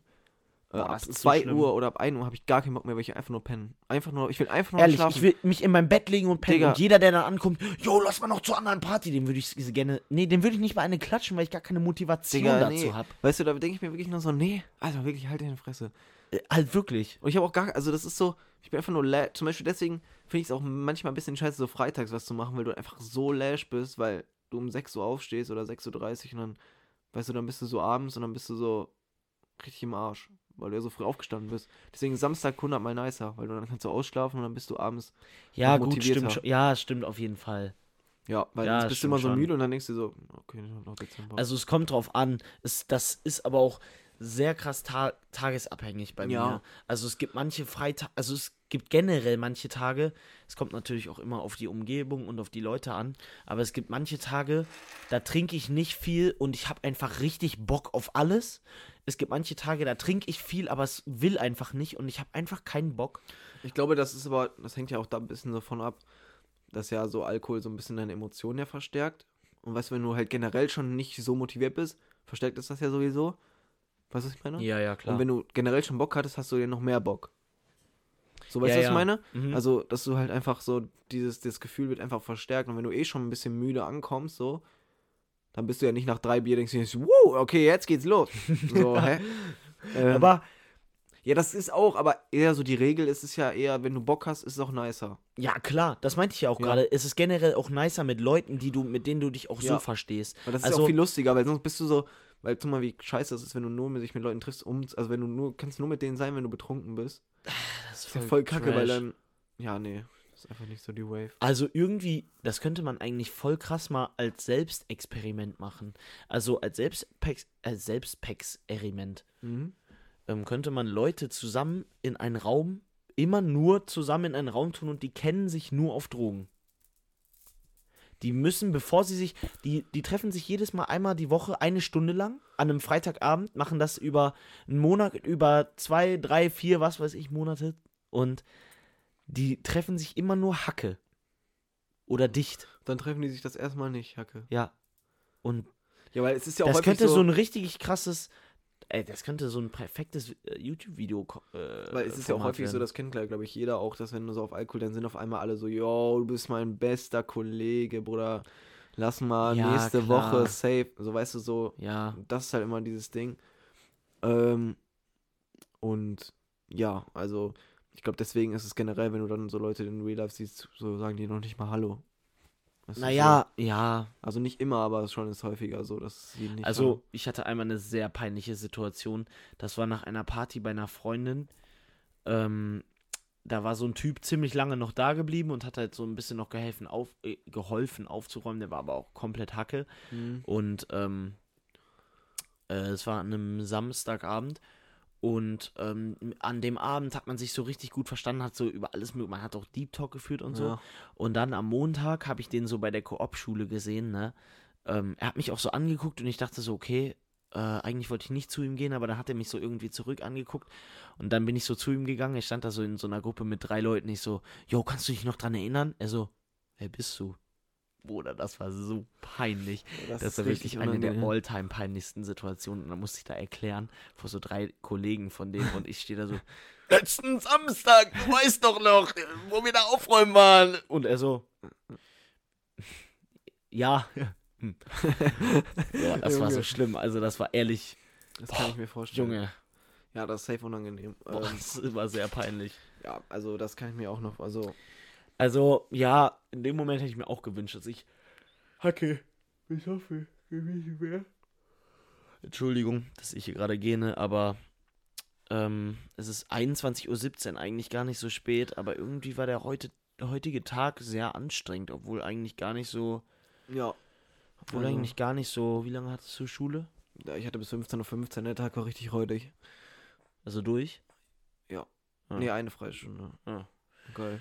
[SPEAKER 1] äh,
[SPEAKER 2] Boah,
[SPEAKER 1] ab
[SPEAKER 2] das ist so
[SPEAKER 1] 2
[SPEAKER 2] schlimm.
[SPEAKER 1] Uhr oder ab 1 Uhr habe ich gar keinen Bock mehr, weil ich einfach nur pennen. Einfach nur, ich will einfach nur
[SPEAKER 2] Ehrlich,
[SPEAKER 1] schlafen.
[SPEAKER 2] ich will mich in mein Bett legen und pennen.
[SPEAKER 1] Digga.
[SPEAKER 2] Und jeder, der dann ankommt, yo, lass mal noch zur anderen Party, den würde ich gerne. Nee, den würde ich nicht mal eine klatschen, weil ich gar keine Motivation
[SPEAKER 1] Digga,
[SPEAKER 2] dazu
[SPEAKER 1] nee.
[SPEAKER 2] habe.
[SPEAKER 1] Weißt du, da denke ich mir wirklich nur so, nee, Alter, wirklich, halt deine Fresse.
[SPEAKER 2] Äh, halt wirklich.
[SPEAKER 1] Und ich habe auch gar, also das ist so, ich bin einfach nur, lä- zum Beispiel deswegen finde ich es auch manchmal ein bisschen scheiße, so freitags was zu machen, weil du einfach so lash bist, weil du um 6 Uhr aufstehst oder 6.30 Uhr und dann, weißt du, dann bist du so abends und dann bist du so richtig im Arsch, weil du ja so früh aufgestanden bist. Deswegen Samstag 100 mal nicer, weil du dann kannst du ausschlafen und dann bist du abends,
[SPEAKER 2] Ja,
[SPEAKER 1] Noch
[SPEAKER 2] gut, stimmt.
[SPEAKER 1] motivierter.
[SPEAKER 2] schon. Ja, stimmt auf jeden Fall.
[SPEAKER 1] ja, weil
[SPEAKER 2] Ja,
[SPEAKER 1] sonst bist du
[SPEAKER 2] stimmt
[SPEAKER 1] immer so
[SPEAKER 2] schon.
[SPEAKER 1] müde und dann denkst du so, okay, ich hab noch Dezember.
[SPEAKER 2] Also es kommt drauf an. Es, das ist aber auch sehr krass ta tagesabhängig bei
[SPEAKER 1] Ja.
[SPEAKER 2] mir. Also es gibt manche Freitage, also es gibt generell manche Tage, es kommt natürlich auch immer auf die Umgebung und auf die Leute an, aber es gibt manche Tage, da trinke ich nicht viel und ich habe einfach richtig Bock auf alles. Es gibt manche Tage, da trinke ich viel, aber es will einfach nicht und ich habe einfach keinen Bock.
[SPEAKER 1] ich glaube, das ist aber, das hängt ja auch da ein bisschen davon ab, dass ja so Alkohol so ein bisschen deine Emotionen ja verstärkt. Und weißt du, wenn du halt generell schon nicht so motiviert bist, verstärkt es das ja sowieso. Weißt du, was ich meine?
[SPEAKER 2] ja,
[SPEAKER 1] Und wenn du generell schon Bock hattest, hast du ja noch mehr Bock. So, weißt
[SPEAKER 2] Ja,
[SPEAKER 1] du, was
[SPEAKER 2] ja.
[SPEAKER 1] ich meine?
[SPEAKER 2] Mhm.
[SPEAKER 1] Also, dass du halt einfach so, dieses, dieses Gefühl wird einfach verstärkt. Und wenn du eh schon ein bisschen müde ankommst, so, dann bist du ja nicht nach drei Bier, denkst du, dir, wow, okay, jetzt geht's los. So, hä? Ähm,
[SPEAKER 2] aber
[SPEAKER 1] ja, das ist auch, aber eher so die Regel ist es ja eher, wenn du Bock hast, ist es auch nicer.
[SPEAKER 2] ja klar, das meinte ich ja auch
[SPEAKER 1] ähm, Ja.
[SPEAKER 2] gerade. Es ist generell auch nicer mit Leuten, die du, mit denen du dich auch so
[SPEAKER 1] Ja.
[SPEAKER 2] verstehst.
[SPEAKER 1] Weil das
[SPEAKER 2] also,
[SPEAKER 1] ist auch viel lustiger, weil sonst bist du so, weil guck mal, wie scheiße das ist, wenn du nur mit sich mit Leuten triffst, um, also wenn du nur, kannst nur mit denen sein, wenn du betrunken bist.
[SPEAKER 2] Das
[SPEAKER 1] Ist ja voll kacke, weil
[SPEAKER 2] trash.
[SPEAKER 1] dann, ja, nee, ist einfach nicht so die Wave.
[SPEAKER 2] Also irgendwie, das könnte man eigentlich voll krass mal als Selbstexperiment machen. Also als Selbstpex- als Selbstexperiment
[SPEAKER 1] Mhm.
[SPEAKER 2] ähm, könnte man Leute zusammen in einen Raum, immer nur zusammen in einen Raum tun und die kennen sich nur auf Drogen. Die müssen, bevor sie sich, die, die treffen sich jedes Mal einmal die Woche eine Stunde lang an einem Freitagabend, machen das über einen Monat, über zwei, drei, vier, was weiß ich, Monate und die treffen sich immer nur Hacke. Oder dicht,
[SPEAKER 1] Dann treffen die sich das erstmal nicht, Hacke.
[SPEAKER 2] ja. Und
[SPEAKER 1] Ja, weil es ist ja auch
[SPEAKER 2] das
[SPEAKER 1] häufig
[SPEAKER 2] könnte so, ein richtig krasses, ey, das könnte so ein perfektes äh, YouTube-Video. ko- Äh,
[SPEAKER 1] weil es ist ja auch
[SPEAKER 2] Format
[SPEAKER 1] häufig so,
[SPEAKER 2] werden.
[SPEAKER 1] das kennt gleich, glaube ich, jeder auch, dass wenn du so auf Alkohol, dann sind auf einmal alle so, yo, du bist mein bester Kollege, Bruder, lass mal
[SPEAKER 2] Ja,
[SPEAKER 1] nächste
[SPEAKER 2] klar.
[SPEAKER 1] Woche safe. So, weißt du, so,
[SPEAKER 2] Ja,
[SPEAKER 1] Das ist halt immer dieses Ding. Ähm, und ja, also ich glaube, deswegen ist es generell, wenn du dann so Leute in Real Life siehst, so sagen die noch nicht mal Hallo. Weißt du,
[SPEAKER 2] naja, ja.
[SPEAKER 1] So. Also nicht immer, aber schon ist häufiger so, dass sie nicht.
[SPEAKER 2] Also, ich hatte einmal eine sehr peinliche Situation. Das war nach einer Party bei einer Freundin. Ähm, da war so ein Typ ziemlich lange noch da geblieben und hat halt so ein bisschen noch geholfen, auf, äh, geholfen aufzuräumen. Der war aber auch komplett Hacke.
[SPEAKER 1] Hallo.
[SPEAKER 2] Und ähm, äh, es war an einem Samstagabend. Und ähm, an dem Abend hat man sich so richtig gut verstanden, hat so über alles mögliche, man hat auch Deep Talk geführt und so.
[SPEAKER 1] Ja.
[SPEAKER 2] Und dann am Montag habe ich den so bei der Koop-Schule gesehen, ne? Ähm, er hat mich auch so angeguckt und ich dachte so, okay, äh, eigentlich wollte ich nicht zu ihm gehen, aber dann hat er mich so irgendwie zurück angeguckt. Und dann bin ich so zu ihm gegangen. Ich stand da so in so einer Gruppe mit drei Leuten. Ich so, yo, kannst du dich noch dran erinnern? Er so, wer bist du? Bruder, das war so peinlich.
[SPEAKER 1] Das,
[SPEAKER 2] Das, war wirklich eine der alltime peinlichsten Situationen. Und dann musste ich da erklären, vor so drei Kollegen von denen. Und ich stehe da so, letzten Samstag, du weißt doch noch, wo wir da aufräumen waren. Und er so, ja. Hm. Boah, das war so
[SPEAKER 1] Junge.
[SPEAKER 2] schlimm. Also das war ehrlich,
[SPEAKER 1] Das kann ich mir vorstellen.
[SPEAKER 2] Junge,
[SPEAKER 1] Ja, das ist safe unangenehm.
[SPEAKER 2] boah,
[SPEAKER 1] Ähm,
[SPEAKER 2] das war sehr peinlich.
[SPEAKER 1] ja, also das kann ich mir auch noch. Also,
[SPEAKER 2] Also ja, in dem Moment hätte ich mir auch gewünscht, dass ich Hacke, ich hoffe, gewesen wäre. Entschuldigung, dass ich hier gerade gähne, aber ähm, es ist 21.17 Uhr, eigentlich gar nicht so spät, aber irgendwie war der heute, der heutige Tag sehr anstrengend, obwohl eigentlich gar nicht so,
[SPEAKER 1] ja.
[SPEAKER 2] obwohl
[SPEAKER 1] Also,
[SPEAKER 2] eigentlich gar nicht so, wie lange hattest du Schule?
[SPEAKER 1] ja, ich hatte bis 15.15 Uhr, der Tag war richtig räudig.
[SPEAKER 2] Also durch? Ja.
[SPEAKER 1] Nee, eine Freistunde.
[SPEAKER 2] Ja.
[SPEAKER 1] Geil.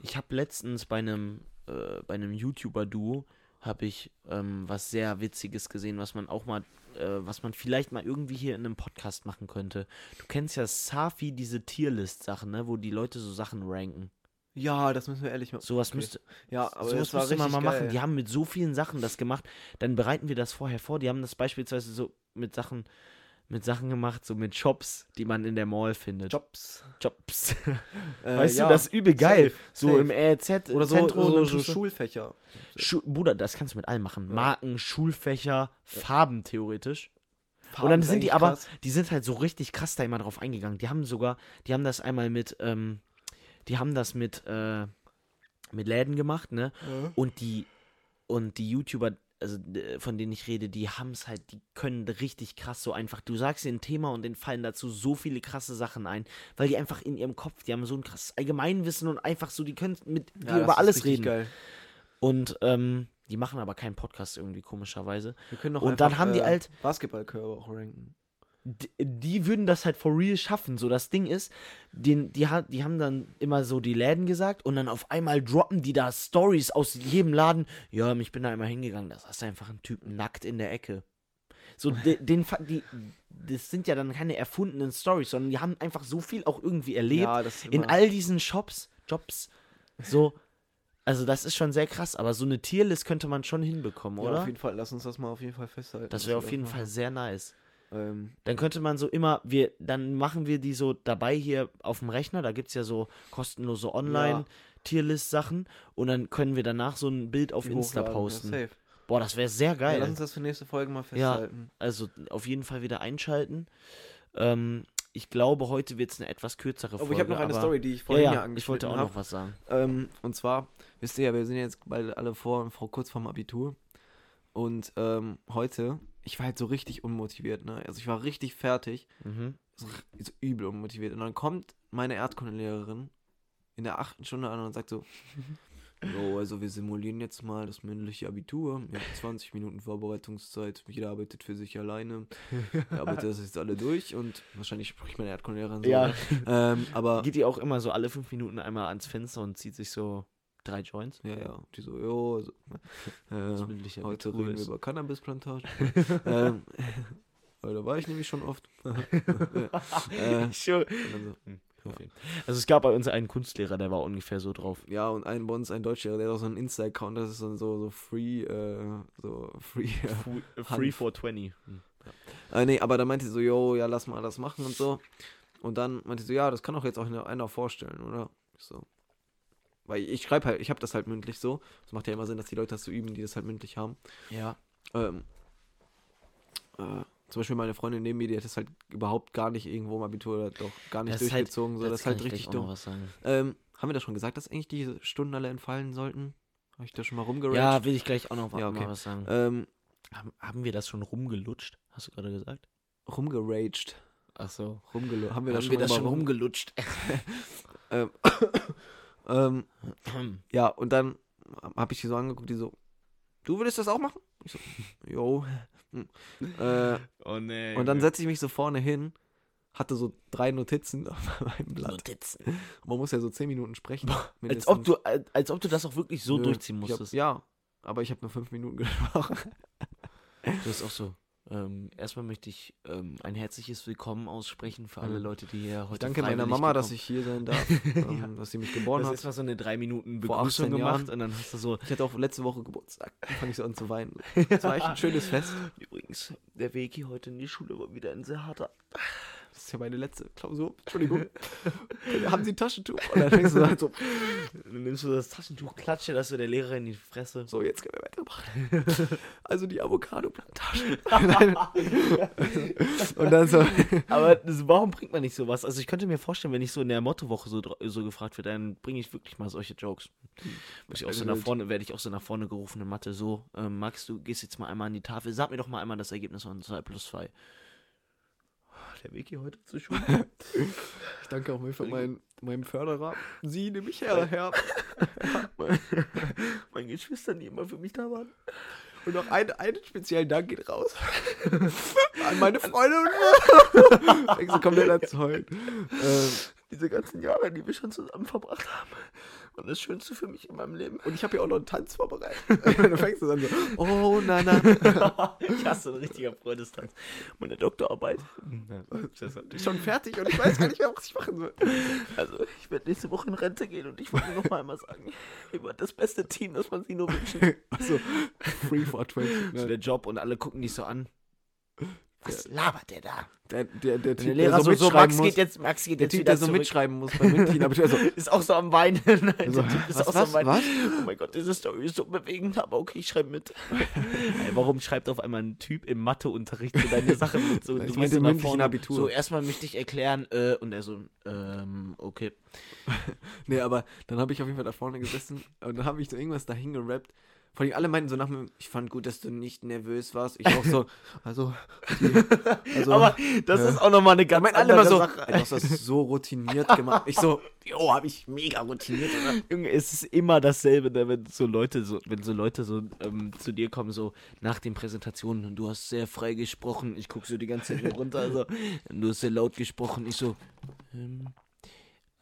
[SPEAKER 2] Ich habe letztens bei einem, äh, bei einem YouTuber-Duo, habe ich ähm, was sehr Witziges gesehen, was man auch mal, äh, was man vielleicht mal irgendwie hier in einem Podcast machen könnte. Du kennst ja Safi, diese Tierlist-Sachen, ne, wo die Leute so Sachen ranken.
[SPEAKER 1] Ja, das müssen wir ehrlich machen.
[SPEAKER 2] Sowas müsste,
[SPEAKER 1] Ja, aber
[SPEAKER 2] sowas
[SPEAKER 1] das war
[SPEAKER 2] müsste
[SPEAKER 1] richtig
[SPEAKER 2] man mal
[SPEAKER 1] geil.
[SPEAKER 2] machen. Die haben mit so vielen Sachen das gemacht. Dann bereiten wir das vorher vor. Die haben das beispielsweise so mit Sachen, mit Sachen gemacht, so mit Shops, die man in der Mall findet.
[SPEAKER 1] Jobs.
[SPEAKER 2] Shops.
[SPEAKER 1] Äh,
[SPEAKER 2] weißt
[SPEAKER 1] ja.
[SPEAKER 2] du, das ist übel geil.
[SPEAKER 1] Safe,
[SPEAKER 2] so
[SPEAKER 1] safe.
[SPEAKER 2] im EZ,
[SPEAKER 1] Oder so,
[SPEAKER 2] Zentrum,
[SPEAKER 1] so,
[SPEAKER 2] dann
[SPEAKER 1] so
[SPEAKER 2] tust du-
[SPEAKER 1] Schulfächer.
[SPEAKER 2] Schu Bruder, das kannst du mit allem machen. Marken, Schulfächer, Farben theoretisch.
[SPEAKER 1] Farben
[SPEAKER 2] und dann
[SPEAKER 1] ist
[SPEAKER 2] sind die
[SPEAKER 1] eigentlich
[SPEAKER 2] aber,
[SPEAKER 1] krass.
[SPEAKER 2] die sind halt so richtig krass da immer drauf eingegangen. Die haben sogar, die haben das einmal mit, ähm, die haben das mit, äh, mit Läden gemacht, ne? Und die, und die YouTuber, also äh, von denen ich rede, die haben es halt, die können richtig krass so einfach. Du sagst ihnen ein Thema und denen fallen dazu so viele krasse Sachen ein, weil die einfach in ihrem Kopf, die haben so ein krasses Allgemeinwissen und einfach so, die können mit
[SPEAKER 1] Ja,
[SPEAKER 2] dir
[SPEAKER 1] das
[SPEAKER 2] über
[SPEAKER 1] ist
[SPEAKER 2] alles
[SPEAKER 1] richtig
[SPEAKER 2] reden.
[SPEAKER 1] Geil.
[SPEAKER 2] Und ähm, die machen aber keinen Podcast irgendwie komischerweise.
[SPEAKER 1] Wir können noch
[SPEAKER 2] Und dann haben die halt-
[SPEAKER 1] Basketballkörbe auch ranken.
[SPEAKER 2] D die würden das halt for real schaffen. So, das Ding ist, den, die, ha- die haben dann immer so die Läden gesagt und dann auf einmal droppen die da Stories aus jedem Laden. Ja, ähm, ich bin da immer hingegangen, da saß einfach ein Typ nackt in der Ecke. So, de- den, fa- die, das sind ja dann keine erfundenen Stories, sondern die haben einfach so viel auch irgendwie erlebt
[SPEAKER 1] Ja, das ist
[SPEAKER 2] in
[SPEAKER 1] immer-
[SPEAKER 2] all diesen Shops, Jobs. So, also das ist schon sehr krass, aber so eine Tierlist könnte man schon hinbekommen,
[SPEAKER 1] Ja,
[SPEAKER 2] oder?
[SPEAKER 1] auf jeden Fall, lass uns das mal auf jeden Fall festhalten.
[SPEAKER 2] das
[SPEAKER 1] dass
[SPEAKER 2] wäre
[SPEAKER 1] wir
[SPEAKER 2] auf jeden Fall
[SPEAKER 1] machen.
[SPEAKER 2] sehr nice.
[SPEAKER 1] Ähm,
[SPEAKER 2] Dann könnte man so immer, wir, dann machen wir die so dabei hier auf dem Rechner, da gibt es ja so kostenlose
[SPEAKER 1] Ja.
[SPEAKER 2] Online-Tierlist-Sachen und dann können wir danach so ein Bild auf
[SPEAKER 1] die
[SPEAKER 2] Insta
[SPEAKER 1] hochladen, ja,
[SPEAKER 2] posten.
[SPEAKER 1] safe.
[SPEAKER 2] Boah, das wäre sehr
[SPEAKER 1] Ja,
[SPEAKER 2] geil.
[SPEAKER 1] lass uns das für nächste Folge mal
[SPEAKER 2] Ja.
[SPEAKER 1] festhalten.
[SPEAKER 2] also auf jeden Fall wieder einschalten. Ähm, ich glaube, heute wird es eine etwas kürzere
[SPEAKER 1] Aber
[SPEAKER 2] Folge.
[SPEAKER 1] Oh, ich habe noch eine
[SPEAKER 2] aber-
[SPEAKER 1] Story, die ich
[SPEAKER 2] Ja,
[SPEAKER 1] vorhin ja,
[SPEAKER 2] ja, ich
[SPEAKER 1] angeschnitten
[SPEAKER 2] wollte auch
[SPEAKER 1] habe.
[SPEAKER 2] noch was sagen.
[SPEAKER 1] Ähm, und zwar, wisst ihr ja, wir sind jetzt bald alle vor, vor kurz vorm Abitur. Und ähm, heute, ich war halt so richtig unmotiviert, ne? Also ich war richtig fertig,
[SPEAKER 2] Mhm.
[SPEAKER 1] so, r- so übel unmotiviert. Und dann kommt meine Erdkundelehrerin in der achten Stunde an und sagt so, so, also wir simulieren jetzt mal das mündliche Abitur. Ihr habt 20 Minuten Vorbereitungszeit, jeder arbeitet für sich alleine. Ihr arbeitet das jetzt alle durch und wahrscheinlich spricht meine Erdkundelehrerin so.
[SPEAKER 2] Ja.
[SPEAKER 1] ne? Ähm, aber
[SPEAKER 2] Geht ihr auch immer so alle fünf Minuten einmal ans Fenster und zieht sich so drei Joints?
[SPEAKER 1] Ja, ja. Und die so, jo, so.
[SPEAKER 2] Das
[SPEAKER 1] Äh,
[SPEAKER 2] mündliche
[SPEAKER 1] heute
[SPEAKER 2] Abitur
[SPEAKER 1] reden wir
[SPEAKER 2] ist-
[SPEAKER 1] über Cannabisplantagen. ähm, weil da war ich nämlich schon oft. äh, und
[SPEAKER 2] Sure.
[SPEAKER 1] dann so,
[SPEAKER 2] Also es gab bei uns einen Kunstlehrer, der war ungefähr so drauf.
[SPEAKER 1] ja, und ein Bonds, ein Deutschlehrer, der hat auch so einen Insta-Account, das ist dann so, so free, äh, so free.
[SPEAKER 2] Fu- äh, Free
[SPEAKER 1] Hanf.
[SPEAKER 2] 420.
[SPEAKER 1] äh, nee, aber da meinte sie so, jo, ja, lass mal das machen und so. Und dann meinte sie so, ja, das kann doch jetzt auch einer- einer vorstellen, oder? Ich so. Weil ich schreibe halt, ich habe das halt mündlich so. Das macht ja immer Sinn, dass die Leute das so üben, die das halt mündlich haben.
[SPEAKER 2] Ja.
[SPEAKER 1] ähm, äh, zum Beispiel meine Freundin neben mir, die hat das halt überhaupt gar nicht irgendwo im Abitur oder doch gar nicht
[SPEAKER 2] Das ist halt-
[SPEAKER 1] durchgezogen. so, das ist halt richtig dumm.
[SPEAKER 2] Was sagen.
[SPEAKER 1] Ähm, haben wir da schon gesagt, dass eigentlich diese Stunden alle entfallen sollten? Habe ich da schon mal rumgerannt?
[SPEAKER 2] Ja, will ich gleich auch noch wa-
[SPEAKER 1] Ja, okay.
[SPEAKER 2] mal was sagen.
[SPEAKER 1] Ähm,
[SPEAKER 2] Haben, haben wir das schon rumgelutscht? Hast du gerade gesagt?
[SPEAKER 1] rumgeraged.
[SPEAKER 2] Ach so.
[SPEAKER 1] Rumgelo haben wir da
[SPEAKER 2] haben
[SPEAKER 1] schon,
[SPEAKER 2] wir das
[SPEAKER 1] mal
[SPEAKER 2] schon
[SPEAKER 1] rum-
[SPEAKER 2] rumgelutscht?
[SPEAKER 1] ähm, Ja, und dann habe ich die so angeguckt, die so, du würdest das auch machen? Ich so, jo. Hm. äh,
[SPEAKER 2] oh nee.
[SPEAKER 1] und dann setze ich mich so vorne hin, hatte so drei Notizen auf meinem Blatt.
[SPEAKER 2] Notizen.
[SPEAKER 1] Man muss ja so 10 Minuten sprechen.
[SPEAKER 2] Also- Als
[SPEAKER 1] mindestens.
[SPEAKER 2] ob, du, als, als ob du das auch wirklich so
[SPEAKER 1] Nö,
[SPEAKER 2] durchziehen
[SPEAKER 1] ich hab-
[SPEAKER 2] musstest.
[SPEAKER 1] Ja, aber ich habe nur 5 Minuten gesprochen.
[SPEAKER 2] Du bist auch so. Ähm, erstmal möchte ich ähm, ein herzliches Willkommen aussprechen für alle
[SPEAKER 1] Mhm.
[SPEAKER 2] Leute, die hier heute
[SPEAKER 1] Ich danke meiner Mama, dass ich hier sein darf, ähm, dass sie mich
[SPEAKER 2] Du
[SPEAKER 1] geboren
[SPEAKER 2] hast
[SPEAKER 1] hat.
[SPEAKER 2] erstmal so eine drei Minuten
[SPEAKER 1] Vor
[SPEAKER 2] Begrüßung
[SPEAKER 1] 18
[SPEAKER 2] gemacht
[SPEAKER 1] Jahren.
[SPEAKER 2] und dann hast du so.
[SPEAKER 1] Ich hatte auch letzte Woche Geburtstag. Da fange ich so an zu weinen. Es war echt ein schönes Fest.
[SPEAKER 2] Übrigens, der Weg hier heute in die Schule war wieder ein sehr harter.
[SPEAKER 1] Das ist ja meine letzte Klausur. Entschuldigung. Haben Sie ein Taschentuch? Und dann
[SPEAKER 2] Also,
[SPEAKER 1] denkst du halt so,
[SPEAKER 2] Dann nimmst du das Taschentuch, klatsche das so der Lehrer in die Fresse.
[SPEAKER 1] so, jetzt können wir weitermachen. Also die Avocado-Plantagen. Nein. Und dann so,
[SPEAKER 2] Aber das, warum bringt man nicht sowas? Also ich könnte mir vorstellen, wenn ich so in der Mottowoche so, dr- so gefragt werde, dann bringe ich wirklich mal solche Jokes. Muss ich auch so nach vorne, werde ich auch so nach vorne gerufen in Mathe. So, ähm, Max, du gehst jetzt mal einmal an die Tafel. Sag mir doch mal einmal das Ergebnis von 2 plus 2. Der Weg hier heute zur Schule.
[SPEAKER 1] ich danke auch mal für meinen, meinem Förderer. Sie, nehmen mich her, Herr.
[SPEAKER 2] Meine Geschwister, die immer für mich da waren.
[SPEAKER 1] Und auch ein, einen speziellen Dank geht raus. An meine Freunde und ich so komplett erzeugt. Ähm,
[SPEAKER 2] Diese ganzen Jahre, die wir schon zusammen verbracht haben. Und das Schönste für mich in meinem Leben.
[SPEAKER 1] Und ich habe hier auch noch einen Tanz vorbereitet. Und dann fängst du an so, oh, na, na.
[SPEAKER 2] ich hasse ein richtiger Freundestanz. Meine Doktorarbeit.
[SPEAKER 1] Schon fertig und ich weiß gar nicht mehr, was ich machen soll.
[SPEAKER 2] Also, ich werde nächste Woche in Rente gehen und ich wollte noch mal einmal sagen, ihr wart das beste Team, das man sich nur wünschen kann.
[SPEAKER 1] Also, free for 20.
[SPEAKER 2] So
[SPEAKER 1] Ne?
[SPEAKER 2] der Job und alle gucken dich so an. Was labert der da?
[SPEAKER 1] Der, der, der,
[SPEAKER 2] Und der
[SPEAKER 1] Typ,
[SPEAKER 2] Lehrer so, so, Max
[SPEAKER 1] muss,
[SPEAKER 2] geht jetzt, Max geht
[SPEAKER 1] der
[SPEAKER 2] jetzt
[SPEAKER 1] Typ,
[SPEAKER 2] wieder
[SPEAKER 1] der so
[SPEAKER 2] zurück.
[SPEAKER 1] mitschreiben muss beim Mitglied. So,
[SPEAKER 2] Ist auch so am Weinen. Nein,
[SPEAKER 1] Also,
[SPEAKER 2] der Typ ist
[SPEAKER 1] was,
[SPEAKER 2] auch
[SPEAKER 1] was,
[SPEAKER 2] so am
[SPEAKER 1] was?
[SPEAKER 2] Weinen. Oh mein Gott, diese Story ist so bewegend, aber okay, ich schreibe mit. Ey, warum schreibt auf einmal ein Typ im Matheunterricht so deine Sachen mit? So,
[SPEAKER 1] Ich
[SPEAKER 2] du
[SPEAKER 1] meinte
[SPEAKER 2] gehst
[SPEAKER 1] im
[SPEAKER 2] immer
[SPEAKER 1] mündlichen
[SPEAKER 2] vorne,
[SPEAKER 1] Abitur.
[SPEAKER 2] So, erstmal möchte ich erklären, äh, und er so, ähm, okay.
[SPEAKER 1] nee, aber dann habe ich auf jeden Fall da vorne gesessen und dann habe ich so irgendwas dahin gerappt. Vor allem alle meinten so nach mir, ich fand gut, dass du nicht nervös warst. Ich auch so, also, die, also
[SPEAKER 2] aber das
[SPEAKER 1] ja.
[SPEAKER 2] ist auch nochmal eine
[SPEAKER 1] Da
[SPEAKER 2] ganz
[SPEAKER 1] meinen alle
[SPEAKER 2] andere
[SPEAKER 1] immer so,
[SPEAKER 2] Sache.
[SPEAKER 1] "Ey, du hast das so routiniert gemacht. Ich so, jo, habe ich mega routiniert. Oder?
[SPEAKER 2] Junge, es ist immer dasselbe, ne, wenn so Leute so, wenn so Leute so ähm, zu dir kommen, so nach den Präsentationen und du hast sehr frei gesprochen. Ich guck so die ganze Zeit hier runter, also du hast sehr laut gesprochen. Ich so, ähm,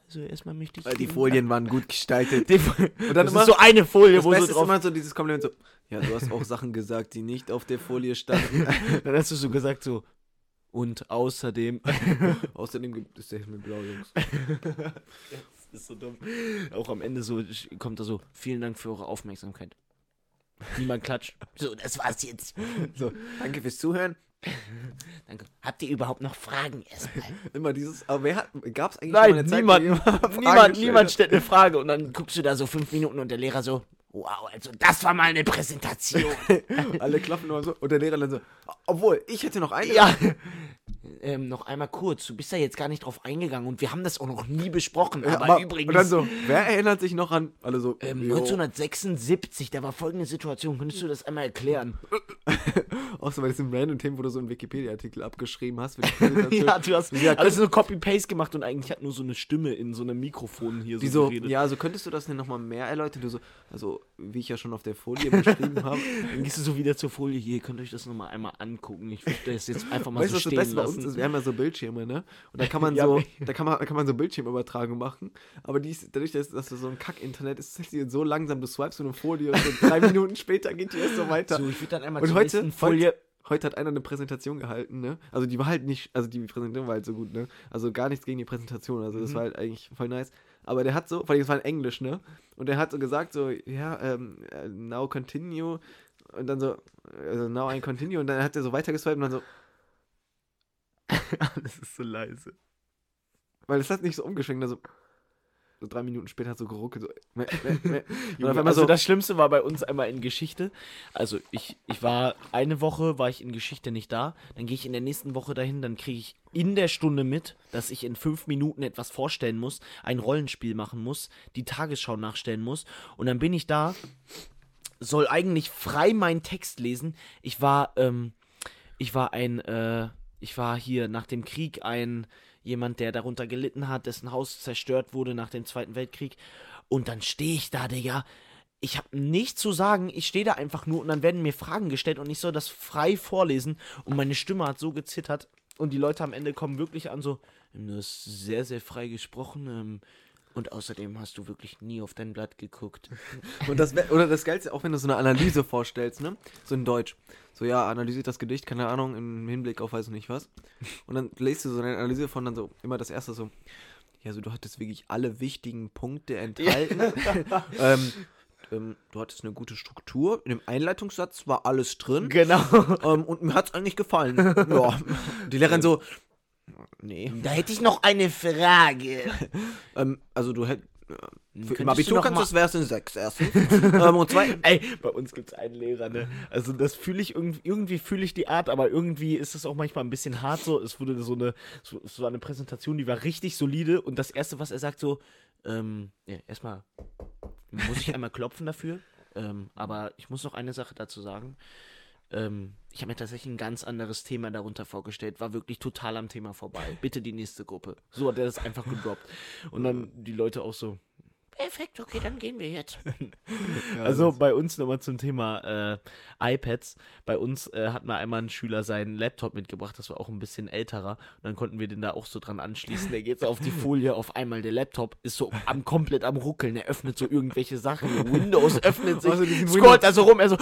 [SPEAKER 2] also erstmal möchte ich.
[SPEAKER 1] Die
[SPEAKER 2] Ihnen-
[SPEAKER 1] Folien waren gut gestaltet.
[SPEAKER 2] Die Fol-
[SPEAKER 1] Und
[SPEAKER 2] das ist so eine Folie,
[SPEAKER 1] das
[SPEAKER 2] wo du
[SPEAKER 1] Beste ist
[SPEAKER 2] drauf.
[SPEAKER 1] immer so dieses Kompliment so, ja, du hast auch Sachen gesagt, die nicht auf der Folie standen.
[SPEAKER 2] Dann hast du so gesagt so. Und außerdem.
[SPEAKER 1] Außerdem gibt es Sex mit Blau, Jungs.
[SPEAKER 2] Das ist so dumm. Auch am Ende so sch- kommt da so, vielen Dank für eure Aufmerksamkeit. Niemand klatscht. So, das war's jetzt.
[SPEAKER 1] So, danke fürs Zuhören.
[SPEAKER 2] Danke. Habt ihr überhaupt noch Fragen erstmal?
[SPEAKER 1] Immer dieses, aber wer hat, gab es eigentlich schon mal
[SPEAKER 2] Nein,
[SPEAKER 1] eine Zeit,
[SPEAKER 2] niemand,
[SPEAKER 1] wo jemand Fragen
[SPEAKER 2] niemand,
[SPEAKER 1] gestellt
[SPEAKER 2] niemand
[SPEAKER 1] hat?
[SPEAKER 2] stellt eine Frage und dann guckst du da so fünf Minuten und der Lehrer so, wow, also das war mal eine Präsentation.
[SPEAKER 1] Alle klappen nur so und der Lehrer dann so, obwohl, ich hätte noch eine.
[SPEAKER 2] ja. Ähm, noch einmal kurz, du bist da jetzt gar nicht drauf eingegangen und wir haben das auch noch nie besprochen,
[SPEAKER 1] Ja,
[SPEAKER 2] aber, übrigens.
[SPEAKER 1] Und dann so, wer erinnert sich noch an, alle so,
[SPEAKER 2] ähm,
[SPEAKER 1] jo.
[SPEAKER 2] 1976, da war folgende Situation, könntest du das einmal erklären?
[SPEAKER 1] auch so bei diesem random Themen, wo du so einen Wikipedia-Artikel abgeschrieben hast. Für die Präsentation.
[SPEAKER 2] Ja, du hast
[SPEAKER 1] Ja,
[SPEAKER 2] alles nur Copy-Paste gemacht und eigentlich hat nur so eine Stimme in so einem Mikrofon hier
[SPEAKER 1] Die
[SPEAKER 2] so
[SPEAKER 1] so,
[SPEAKER 2] geredet.
[SPEAKER 1] ja, also könntest du das denn nochmal mehr erläutern? Du so, also, wie ich ja schon auf der Folie beschrieben habe.
[SPEAKER 2] Dann gehst du so wieder zur Folie, hier, könnt ihr euch das nochmal einmal angucken. Ich würde das jetzt einfach mal
[SPEAKER 1] weißt du, was
[SPEAKER 2] so
[SPEAKER 1] das
[SPEAKER 2] stehen
[SPEAKER 1] Beste bei uns
[SPEAKER 2] lassen.
[SPEAKER 1] ist? Wir haben ja so Bildschirme, ne? Und da kann man
[SPEAKER 2] Ja,
[SPEAKER 1] so,
[SPEAKER 2] aber-
[SPEAKER 1] da kann man, da kann man so Bildschirmübertragung machen. Aber die ist, dadurch, dass, dass du so ein Kack-Internet ist, ist die so langsam, du swipest so eine Folie und so drei Minuten später geht die erst so weiter.
[SPEAKER 2] So, ich würde dann einmal
[SPEAKER 1] und
[SPEAKER 2] zur
[SPEAKER 1] heute,
[SPEAKER 2] nächsten Folie.
[SPEAKER 1] heute, heute hat einer eine Präsentation gehalten, ne? Also die war halt nicht, also die Präsentation war halt so gut, ne? Also gar nichts gegen die Präsentation, also das war halt eigentlich voll nice. Aber der hat so, vor allem das war in Englisch, ne? Und der hat so gesagt, so, ja, ähm, äh, now continue. Und dann so, also now I continue. Und dann hat er so weitergeswiped und dann so,
[SPEAKER 2] Alles ist so leise.
[SPEAKER 1] weil es hat nicht so umgeschwenkt, also so drei Minuten später hat so geruckelt, so, meh, meh, meh. und
[SPEAKER 2] Junge,
[SPEAKER 1] auf einmal
[SPEAKER 2] also
[SPEAKER 1] so,
[SPEAKER 2] das Schlimmste war bei uns einmal in Geschichte. Also ich, ich war eine Woche war ich in Geschichte nicht da, dann gehe ich in der nächsten Woche dahin, dann kriege ich in der Stunde mit, dass ich in fünf Minuten etwas vorstellen muss, ein Rollenspiel machen muss, die Tagesschau nachstellen muss und dann bin ich da, soll eigentlich frei meinen Text lesen. Ich war ähm, ich war ein, äh, ich war hier nach dem Krieg ein jemand, der darunter gelitten hat, dessen Haus zerstört wurde nach dem Zweiten Weltkrieg. Und dann stehe ich da, Digga. Ich habe nichts zu sagen, ich stehe da einfach nur und dann werden mir Fragen gestellt und ich soll das frei vorlesen und meine Stimme hat so gezittert und die Leute am Ende kommen wirklich an so, "Ähm, du hast sehr, sehr frei gesprochen ähm, und außerdem hast du wirklich nie auf dein Blatt geguckt.
[SPEAKER 1] Und das wär- oder das Geilste, auch wenn du so eine Analyse vorstellst, ne? So in Deutsch. So, ja, analysiert das Gedicht, keine Ahnung, im Hinblick auf weiß nicht was. Und dann lest du so eine Analyse von, dann so immer das erste so, ja, so du hattest wirklich alle wichtigen Punkte enthalten. ähm, ähm, du hattest eine gute Struktur, in dem Einleitungssatz war alles drin.
[SPEAKER 2] Genau.
[SPEAKER 1] ähm, und mir hat's eigentlich gefallen. ja. Die Lehrerin so, nee.
[SPEAKER 2] Da hätte ich noch eine Frage.
[SPEAKER 1] Ähm, also du hättest. Für, Im
[SPEAKER 2] Hm, Könntest du
[SPEAKER 1] Abitur
[SPEAKER 2] noch
[SPEAKER 1] kannst
[SPEAKER 2] mal-
[SPEAKER 1] du es, wärst in sechs erstens. ähm, und zwei,
[SPEAKER 2] Ey, bei uns gibt's einen Lehrer, ne? Also das fühle ich irgendwie, irgendwie fühle ich die Art, aber irgendwie ist es auch manchmal ein bisschen hart so. Es wurde so eine, so, so eine Präsentation, die war richtig solide und das erste, was er sagt, so, ähm, ja, erstmal muss ich einmal klopfen dafür. Ähm, aber ich muss noch eine Sache dazu sagen. Ähm, ich habe mir tatsächlich ein ganz anderes Thema darunter vorgestellt, war wirklich total am Thema vorbei. Bitte die nächste Gruppe. So hat er das einfach gedroppt. Und dann die Leute auch so,
[SPEAKER 3] Perfekt, okay, dann gehen wir jetzt.
[SPEAKER 2] Also bei uns nochmal zum Thema äh, iPads. Bei uns äh, hat mal einmal ein Schüler seinen Laptop mitgebracht, das war auch ein bisschen älterer. Und dann konnten wir den da auch so dran anschließen. Der geht so auf die Folie, auf einmal der Laptop ist so am komplett am Ruckeln. Er öffnet so irgendwelche Sachen. Windows öffnet sich,
[SPEAKER 1] Also diesen Windows-
[SPEAKER 2] scrollt da so rum. Er so,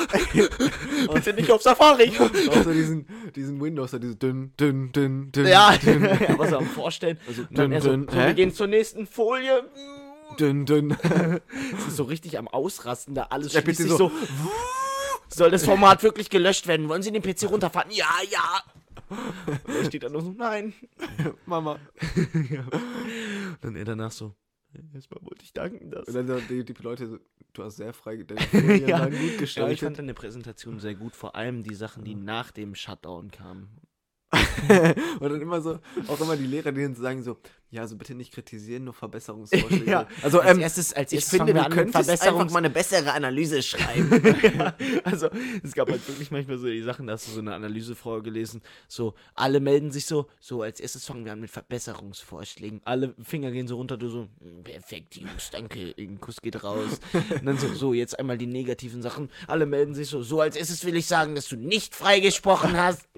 [SPEAKER 2] bitte nicht auf Safari.
[SPEAKER 1] Auch so diesen, diesen Windows, da diese dünn, dünn, dünn, dünn.
[SPEAKER 2] ja,
[SPEAKER 1] dünn,
[SPEAKER 2] aber so am Vorstellen.
[SPEAKER 1] Also
[SPEAKER 2] Und dann
[SPEAKER 1] dünn,
[SPEAKER 2] er so,
[SPEAKER 1] dünn,
[SPEAKER 2] so,
[SPEAKER 1] hä?
[SPEAKER 2] wir gehen zur nächsten Folie.
[SPEAKER 1] dünn, dünn.
[SPEAKER 2] Es ist so richtig am Ausrasten da alles.
[SPEAKER 1] Der
[SPEAKER 2] schließt
[SPEAKER 1] PC
[SPEAKER 2] sich
[SPEAKER 1] so,
[SPEAKER 2] so soll das Format
[SPEAKER 3] Hat wirklich gelöscht werden. Wollen Sie den PC runterfahren? Ja, ja.
[SPEAKER 2] Da steht dann nur so, nein.
[SPEAKER 1] Mama.
[SPEAKER 2] Und dann er danach so, erstmal wollte ich danken, dass.
[SPEAKER 1] Und dann so die, die Leute so, du hast sehr frei deine Ferien
[SPEAKER 2] Ja.
[SPEAKER 1] waren gut
[SPEAKER 2] Ja, ich fand
[SPEAKER 1] gestaltet. Mhm.
[SPEAKER 2] deine Präsentation sehr gut, vor allem die Sachen, die nach dem Shutdown kamen.
[SPEAKER 1] Und dann immer so, auch immer die Lehrer, die dann sagen so, ja, also bitte nicht kritisieren, nur Verbesserungsvorschläge.
[SPEAKER 2] Ja.
[SPEAKER 1] Also,
[SPEAKER 2] als
[SPEAKER 1] ähm,
[SPEAKER 2] erstes, als
[SPEAKER 1] ich
[SPEAKER 2] ich
[SPEAKER 1] finde, du könntest einfach mal
[SPEAKER 3] eine bessere Analyse schreiben.
[SPEAKER 2] ja, also es gab halt wirklich manchmal so die Sachen, da hast du so eine Analyse vorgelesen, so alle melden sich so, so als erstes fangen wir an mit Verbesserungsvorschlägen. Alle Finger gehen so runter, du so, "Mm, perfekt, Jungs, danke, ein Kuss geht raus. Und dann so, so, jetzt einmal die negativen Sachen. Alle melden sich so, so als erstes will ich sagen, dass du nicht freigesprochen hast.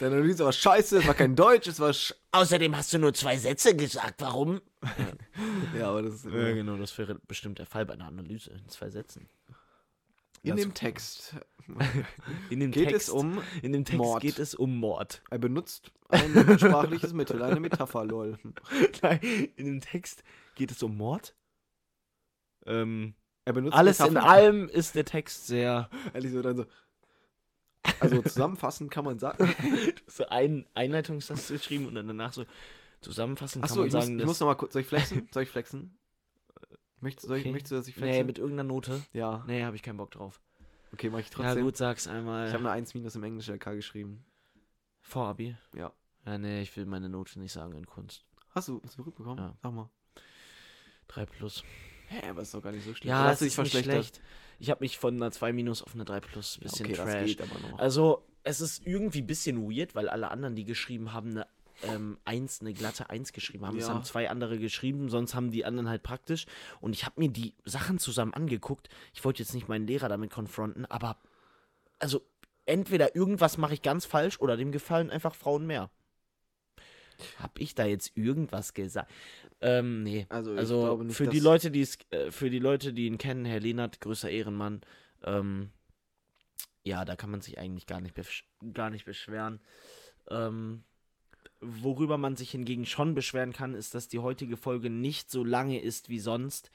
[SPEAKER 1] deine Analyse war scheiße, es war kein Deutsch, es war sch
[SPEAKER 3] Außerdem hast du nur zwei Sätze gesagt. Warum?
[SPEAKER 1] Ja, aber das ist
[SPEAKER 2] Ja,
[SPEAKER 1] immer
[SPEAKER 2] genau, das wäre bestimmt der Fall bei einer Analyse in zwei Sätzen.
[SPEAKER 1] in
[SPEAKER 2] das-
[SPEAKER 1] dem Text
[SPEAKER 2] In dem
[SPEAKER 1] geht es um,
[SPEAKER 2] in dem Text
[SPEAKER 1] Mord.
[SPEAKER 2] geht es um Mord.
[SPEAKER 1] er benutzt ein sprachliches Mittel, eine Metapher, lol.
[SPEAKER 2] Nein, in dem Text geht es um Mord. Ähm,
[SPEAKER 1] Er benutzt
[SPEAKER 2] alles in
[SPEAKER 1] Metaphern.
[SPEAKER 2] allem ist der Text sehr
[SPEAKER 1] Ehrlich so dann so. Also zusammenfassend kann man sagen.
[SPEAKER 2] so ein Einleitungssatz geschrieben und dann danach so zusammenfassend kann
[SPEAKER 1] Achso,
[SPEAKER 2] man
[SPEAKER 1] ich, muss,
[SPEAKER 2] sagen,
[SPEAKER 1] ich muss
[SPEAKER 2] dass
[SPEAKER 1] nochmal kurz. Soll ich flexen? Soll ich flexen? Möchtest, soll ich,
[SPEAKER 2] Okay.
[SPEAKER 1] möchtest du, dass ich
[SPEAKER 2] nee,
[SPEAKER 1] flexen?
[SPEAKER 2] mit irgendeiner Note.
[SPEAKER 1] ja.
[SPEAKER 2] Nee, habe ich keinen Bock drauf.
[SPEAKER 1] Okay, mach ich
[SPEAKER 2] Ja
[SPEAKER 1] trotzdem.
[SPEAKER 2] gut, äh. sag's einmal.
[SPEAKER 1] Ich habe eine 1 minus im Englisch LK geschrieben.
[SPEAKER 2] Vorabi.
[SPEAKER 1] Ja.
[SPEAKER 2] Ja, nee, ich will meine Note nicht sagen in Kunst.
[SPEAKER 1] Hast du hast du rückbekommen?
[SPEAKER 2] Ja.
[SPEAKER 1] Sag mal.
[SPEAKER 2] 3 plus.
[SPEAKER 1] Hä, aber ist doch gar nicht so schlecht.
[SPEAKER 2] Ja,
[SPEAKER 1] Oder
[SPEAKER 2] es
[SPEAKER 1] hast du dich
[SPEAKER 2] ist nicht
[SPEAKER 1] verschlechtert?
[SPEAKER 2] schlecht. Ich habe mich von einer 2 minus auf eine 3 plus
[SPEAKER 1] Ja,
[SPEAKER 2] bisschen
[SPEAKER 1] okay,
[SPEAKER 2] trash.
[SPEAKER 1] das geht aber noch.
[SPEAKER 2] Also, es ist irgendwie ein bisschen weird, weil alle anderen, die geschrieben haben, eine ähm, eins, eine glatte Eins geschrieben haben. Es
[SPEAKER 1] Ja.
[SPEAKER 2] haben zwei andere geschrieben, sonst haben die anderen halt praktisch. Und ich habe mir die Sachen zusammen angeguckt. Ich wollte jetzt nicht meinen Lehrer damit konfronten, aber also entweder irgendwas mache ich ganz falsch oder dem gefallen einfach Frauen mehr. Hab ich da jetzt irgendwas gesagt? Ähm, nee.
[SPEAKER 1] Also, ich
[SPEAKER 2] Also
[SPEAKER 1] glaube nicht,
[SPEAKER 2] für die
[SPEAKER 1] dass-
[SPEAKER 2] Leute, die es, äh, für die Leute, die ihn kennen, Herr Lehnert, größer Ehrenmann, ähm, ja, da kann man sich eigentlich gar nicht, besch gar nicht beschweren. Ähm, worüber man sich hingegen schon beschweren kann, ist, dass die heutige Folge nicht so lange ist wie sonst.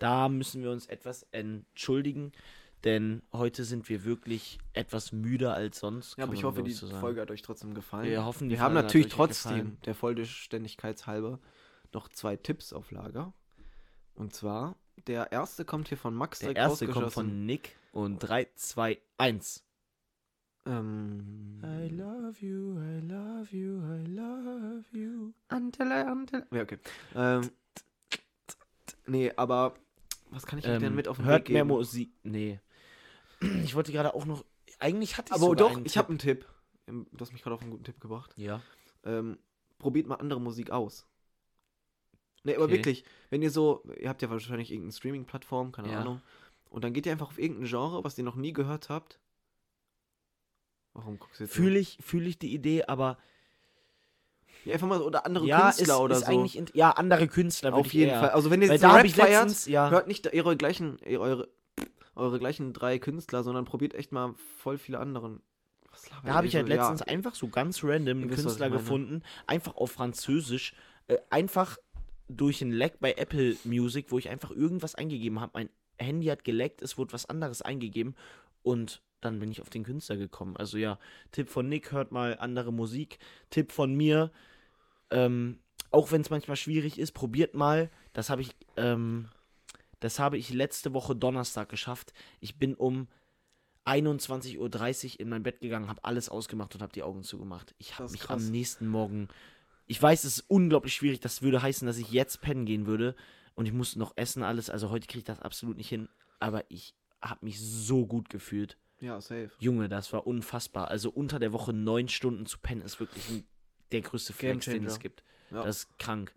[SPEAKER 2] Da müssen wir uns etwas entschuldigen, denn heute sind wir wirklich etwas müder als sonst.
[SPEAKER 1] Ja, aber
[SPEAKER 2] kann
[SPEAKER 1] ich
[SPEAKER 2] man,
[SPEAKER 1] hoffe,
[SPEAKER 2] glaub
[SPEAKER 1] die
[SPEAKER 2] so sagen.
[SPEAKER 1] Folge hat euch trotzdem gefallen.
[SPEAKER 2] Wir hoffen, die
[SPEAKER 1] Wir haben
[SPEAKER 2] Folge hat
[SPEAKER 1] natürlich
[SPEAKER 2] euch
[SPEAKER 1] trotzdem,
[SPEAKER 2] gefallen.
[SPEAKER 1] der Vollständigkeit halber, noch zwei Tipps auf Lager. Und zwar, der erste kommt hier von Max
[SPEAKER 2] Der
[SPEAKER 1] direkt
[SPEAKER 2] erste kommt
[SPEAKER 1] rausgeschossen.
[SPEAKER 2] von Nick und 3, 2, 1.
[SPEAKER 1] Ähm,
[SPEAKER 2] love you, I love you, I love you.
[SPEAKER 1] until I, until ja, okay. Ähm, nee, aber was kann ich euch denn mit auf den
[SPEAKER 2] Ähm, hört
[SPEAKER 1] Weg geben?
[SPEAKER 2] mehr Musik. Nee. Ich wollte gerade auch noch. Eigentlich hatte ich
[SPEAKER 1] aber
[SPEAKER 2] sogar
[SPEAKER 1] doch,
[SPEAKER 2] einen
[SPEAKER 1] ich
[SPEAKER 2] Tipp.
[SPEAKER 1] habe einen Tipp. Ähm, Du hast mich gerade auf einen guten Tipp gebracht.
[SPEAKER 2] Ja.
[SPEAKER 1] Ähm, probiert mal andere Musik aus. Nee, aber
[SPEAKER 2] Okay.
[SPEAKER 1] wirklich, wenn ihr so, ihr habt ja wahrscheinlich irgendeine Streaming-Plattform, keine
[SPEAKER 2] Ja.
[SPEAKER 1] Ahnung. Und dann geht ihr einfach auf irgendein Genre, was ihr noch nie gehört habt. Warum guckst du jetzt? so?
[SPEAKER 2] Fühle ich, fühl ich die Idee, aber.
[SPEAKER 1] Ja, einfach mal so, oder andere
[SPEAKER 2] ja,
[SPEAKER 1] Künstler
[SPEAKER 2] ist,
[SPEAKER 1] oder
[SPEAKER 2] ist
[SPEAKER 1] so.
[SPEAKER 2] eigentlich. In, ja, andere Künstler. würd
[SPEAKER 1] auf
[SPEAKER 2] ich
[SPEAKER 1] jeden
[SPEAKER 2] eher-
[SPEAKER 1] Fall. Also wenn ihr
[SPEAKER 2] Weil
[SPEAKER 1] jetzt
[SPEAKER 2] da
[SPEAKER 1] einen
[SPEAKER 2] habe
[SPEAKER 1] Rap
[SPEAKER 2] ich
[SPEAKER 1] feiert,
[SPEAKER 2] letztens. Ja.
[SPEAKER 1] hört nicht ihre gleichen, e, eure, eure gleichen drei Künstler, sondern probiert echt mal voll viele anderen. Was labert
[SPEAKER 2] Da habe
[SPEAKER 1] ihr
[SPEAKER 2] ich halt
[SPEAKER 1] so? Also, Ja.
[SPEAKER 2] letztens einfach so ganz random einen
[SPEAKER 1] Ihr wisst, was ich
[SPEAKER 2] Künstler
[SPEAKER 1] meine.
[SPEAKER 2] gefunden, einfach auf Französisch, äh, einfach durch einen Lag bei Apple Music, wo ich einfach irgendwas eingegeben habe. Mein Handy hat geleckt, es wurde was anderes eingegeben und dann bin ich auf den Künstler gekommen. Also ja, Tipp von Nick, hört mal andere Musik. Tipp von mir, ähm, auch wenn es manchmal schwierig ist, probiert mal. Das habe ich, ähm, das habe ich letzte Woche Donnerstag geschafft. Ich bin um 21.30 Uhr in mein Bett gegangen, habe alles ausgemacht und habe die Augen zugemacht. Ich
[SPEAKER 1] Das
[SPEAKER 2] habe
[SPEAKER 1] ist
[SPEAKER 2] mich
[SPEAKER 1] krass.
[SPEAKER 2] am nächsten Morgen. Ich weiß, es ist unglaublich schwierig. Das würde heißen, dass ich jetzt pennen gehen würde. Und ich musste noch essen, alles. Also heute kriege ich das absolut nicht hin. Aber ich habe mich so gut gefühlt.
[SPEAKER 1] Ja, safe.
[SPEAKER 2] Junge, das war unfassbar. Also unter der Woche neun Stunden zu pennen ist wirklich ein, der größte
[SPEAKER 1] Game
[SPEAKER 2] Flex, den
[SPEAKER 1] Changer.
[SPEAKER 2] es gibt.
[SPEAKER 1] Ja.
[SPEAKER 2] Das ist krank.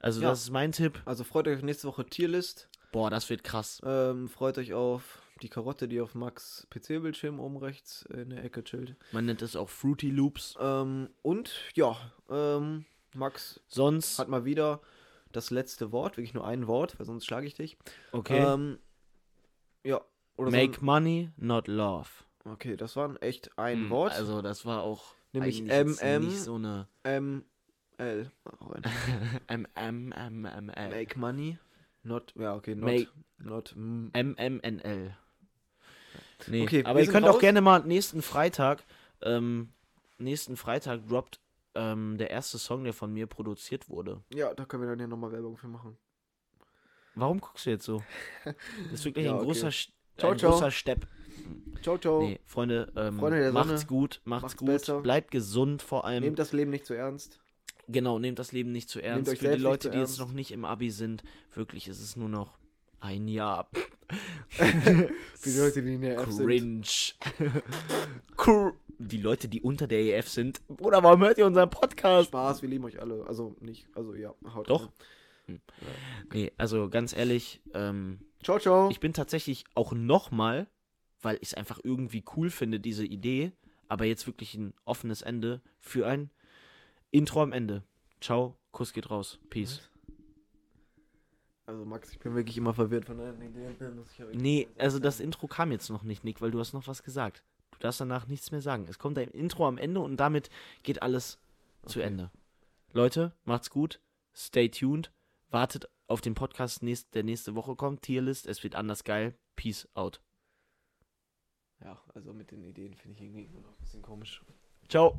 [SPEAKER 2] Also
[SPEAKER 1] Ja.
[SPEAKER 2] das ist mein Tipp.
[SPEAKER 1] Also freut euch auf nächste Woche Tierlist.
[SPEAKER 2] Boah, das wird krass.
[SPEAKER 1] Ähm, freut euch auf die Karotte, die auf Max PC-Bildschirm oben rechts in der Ecke chillt.
[SPEAKER 2] Man nennt es auch Fruity Loops.
[SPEAKER 1] Ähm, und ja, ähm, Max
[SPEAKER 2] Sonst.
[SPEAKER 1] hat mal wieder das letzte Wort, wirklich nur ein Wort, weil sonst schlage ich dich.
[SPEAKER 2] okay.
[SPEAKER 1] Ähm, ja, oder
[SPEAKER 2] Make money, not love.
[SPEAKER 1] so. Okay, das waren echt ein
[SPEAKER 2] Hm,
[SPEAKER 1] Wort.
[SPEAKER 2] Also, das war auch.
[SPEAKER 1] Nämlich
[SPEAKER 2] eigentlich jetzt
[SPEAKER 1] MM.
[SPEAKER 2] Nicht so eine.
[SPEAKER 1] ähm, L. Auch ein.
[SPEAKER 2] M, M, M, M, L.
[SPEAKER 1] Make money. Not, ja, okay, not.
[SPEAKER 2] Äh. Make-
[SPEAKER 1] not mm.
[SPEAKER 2] M, M, N, L. Nee,
[SPEAKER 1] Okay,
[SPEAKER 2] aber
[SPEAKER 1] wir
[SPEAKER 2] ihr
[SPEAKER 1] sind
[SPEAKER 2] könnt auch
[SPEAKER 1] raus.
[SPEAKER 2] gerne mal nächsten Freitag, ähm, nächsten Freitag droppt ähm, der erste Song, der von mir produziert wurde.
[SPEAKER 1] Ja, da können wir dann ja nochmal Werbung für machen.
[SPEAKER 2] Warum guckst du jetzt so? Das ist wirklich
[SPEAKER 1] Ja,
[SPEAKER 2] ein
[SPEAKER 1] okay.
[SPEAKER 2] großer, Sch-
[SPEAKER 1] Ciao,
[SPEAKER 2] ein
[SPEAKER 1] ciao.
[SPEAKER 2] großer Step.
[SPEAKER 1] Ciao, ciao.
[SPEAKER 2] Nee, Freunde, ähm,
[SPEAKER 1] Freunde der Sonne,
[SPEAKER 2] macht's gut, macht's,
[SPEAKER 1] macht's
[SPEAKER 2] gut,
[SPEAKER 1] besser.
[SPEAKER 2] bleibt gesund vor allem.
[SPEAKER 1] Nehmt das Leben nicht zu ernst.
[SPEAKER 2] genau, nehmt das Leben nicht zu ernst.
[SPEAKER 1] euch
[SPEAKER 2] Für
[SPEAKER 1] selbst
[SPEAKER 2] die
[SPEAKER 1] nicht
[SPEAKER 2] Leute,
[SPEAKER 1] zu
[SPEAKER 2] die jetzt
[SPEAKER 1] ernst.
[SPEAKER 2] noch nicht im Abi sind, wirklich ist es nur noch ein Jahr.
[SPEAKER 1] Für die Leute, die in der App sind.
[SPEAKER 2] Cringe. Cr die Leute, die unter der EF sind. Bruder, warum hört ihr unseren Podcast?
[SPEAKER 1] Spaß, wir lieben euch alle. Also nicht, also ja, haut
[SPEAKER 2] Doch.
[SPEAKER 1] rein.
[SPEAKER 2] Hm. Nee, also ganz ehrlich, ähm,
[SPEAKER 1] Ciao, ciao.
[SPEAKER 2] ich bin tatsächlich auch nochmal, weil ich es einfach irgendwie cool finde, diese Idee, aber jetzt wirklich ein offenes Ende für ein Intro am Ende. Ciao, Kuss geht raus. Peace.
[SPEAKER 1] also Max, ich bin wirklich immer verwirrt von deinen Ideen. Da muss ich auch-
[SPEAKER 2] Nee, also das Intro kam jetzt noch nicht, Nick, weil du hast noch was gesagt. Du darfst danach nichts mehr sagen. Es kommt ein Intro am Ende und damit geht alles zu Ende. Leute, macht's gut. Stay tuned. Wartet auf den Podcast, nächst, der nächste Woche kommt. Tierlist. Es wird anders geil. Peace out.
[SPEAKER 1] Ja, also mit den Ideen finde ich irgendwie immer noch ein bisschen komisch.
[SPEAKER 2] Ciao.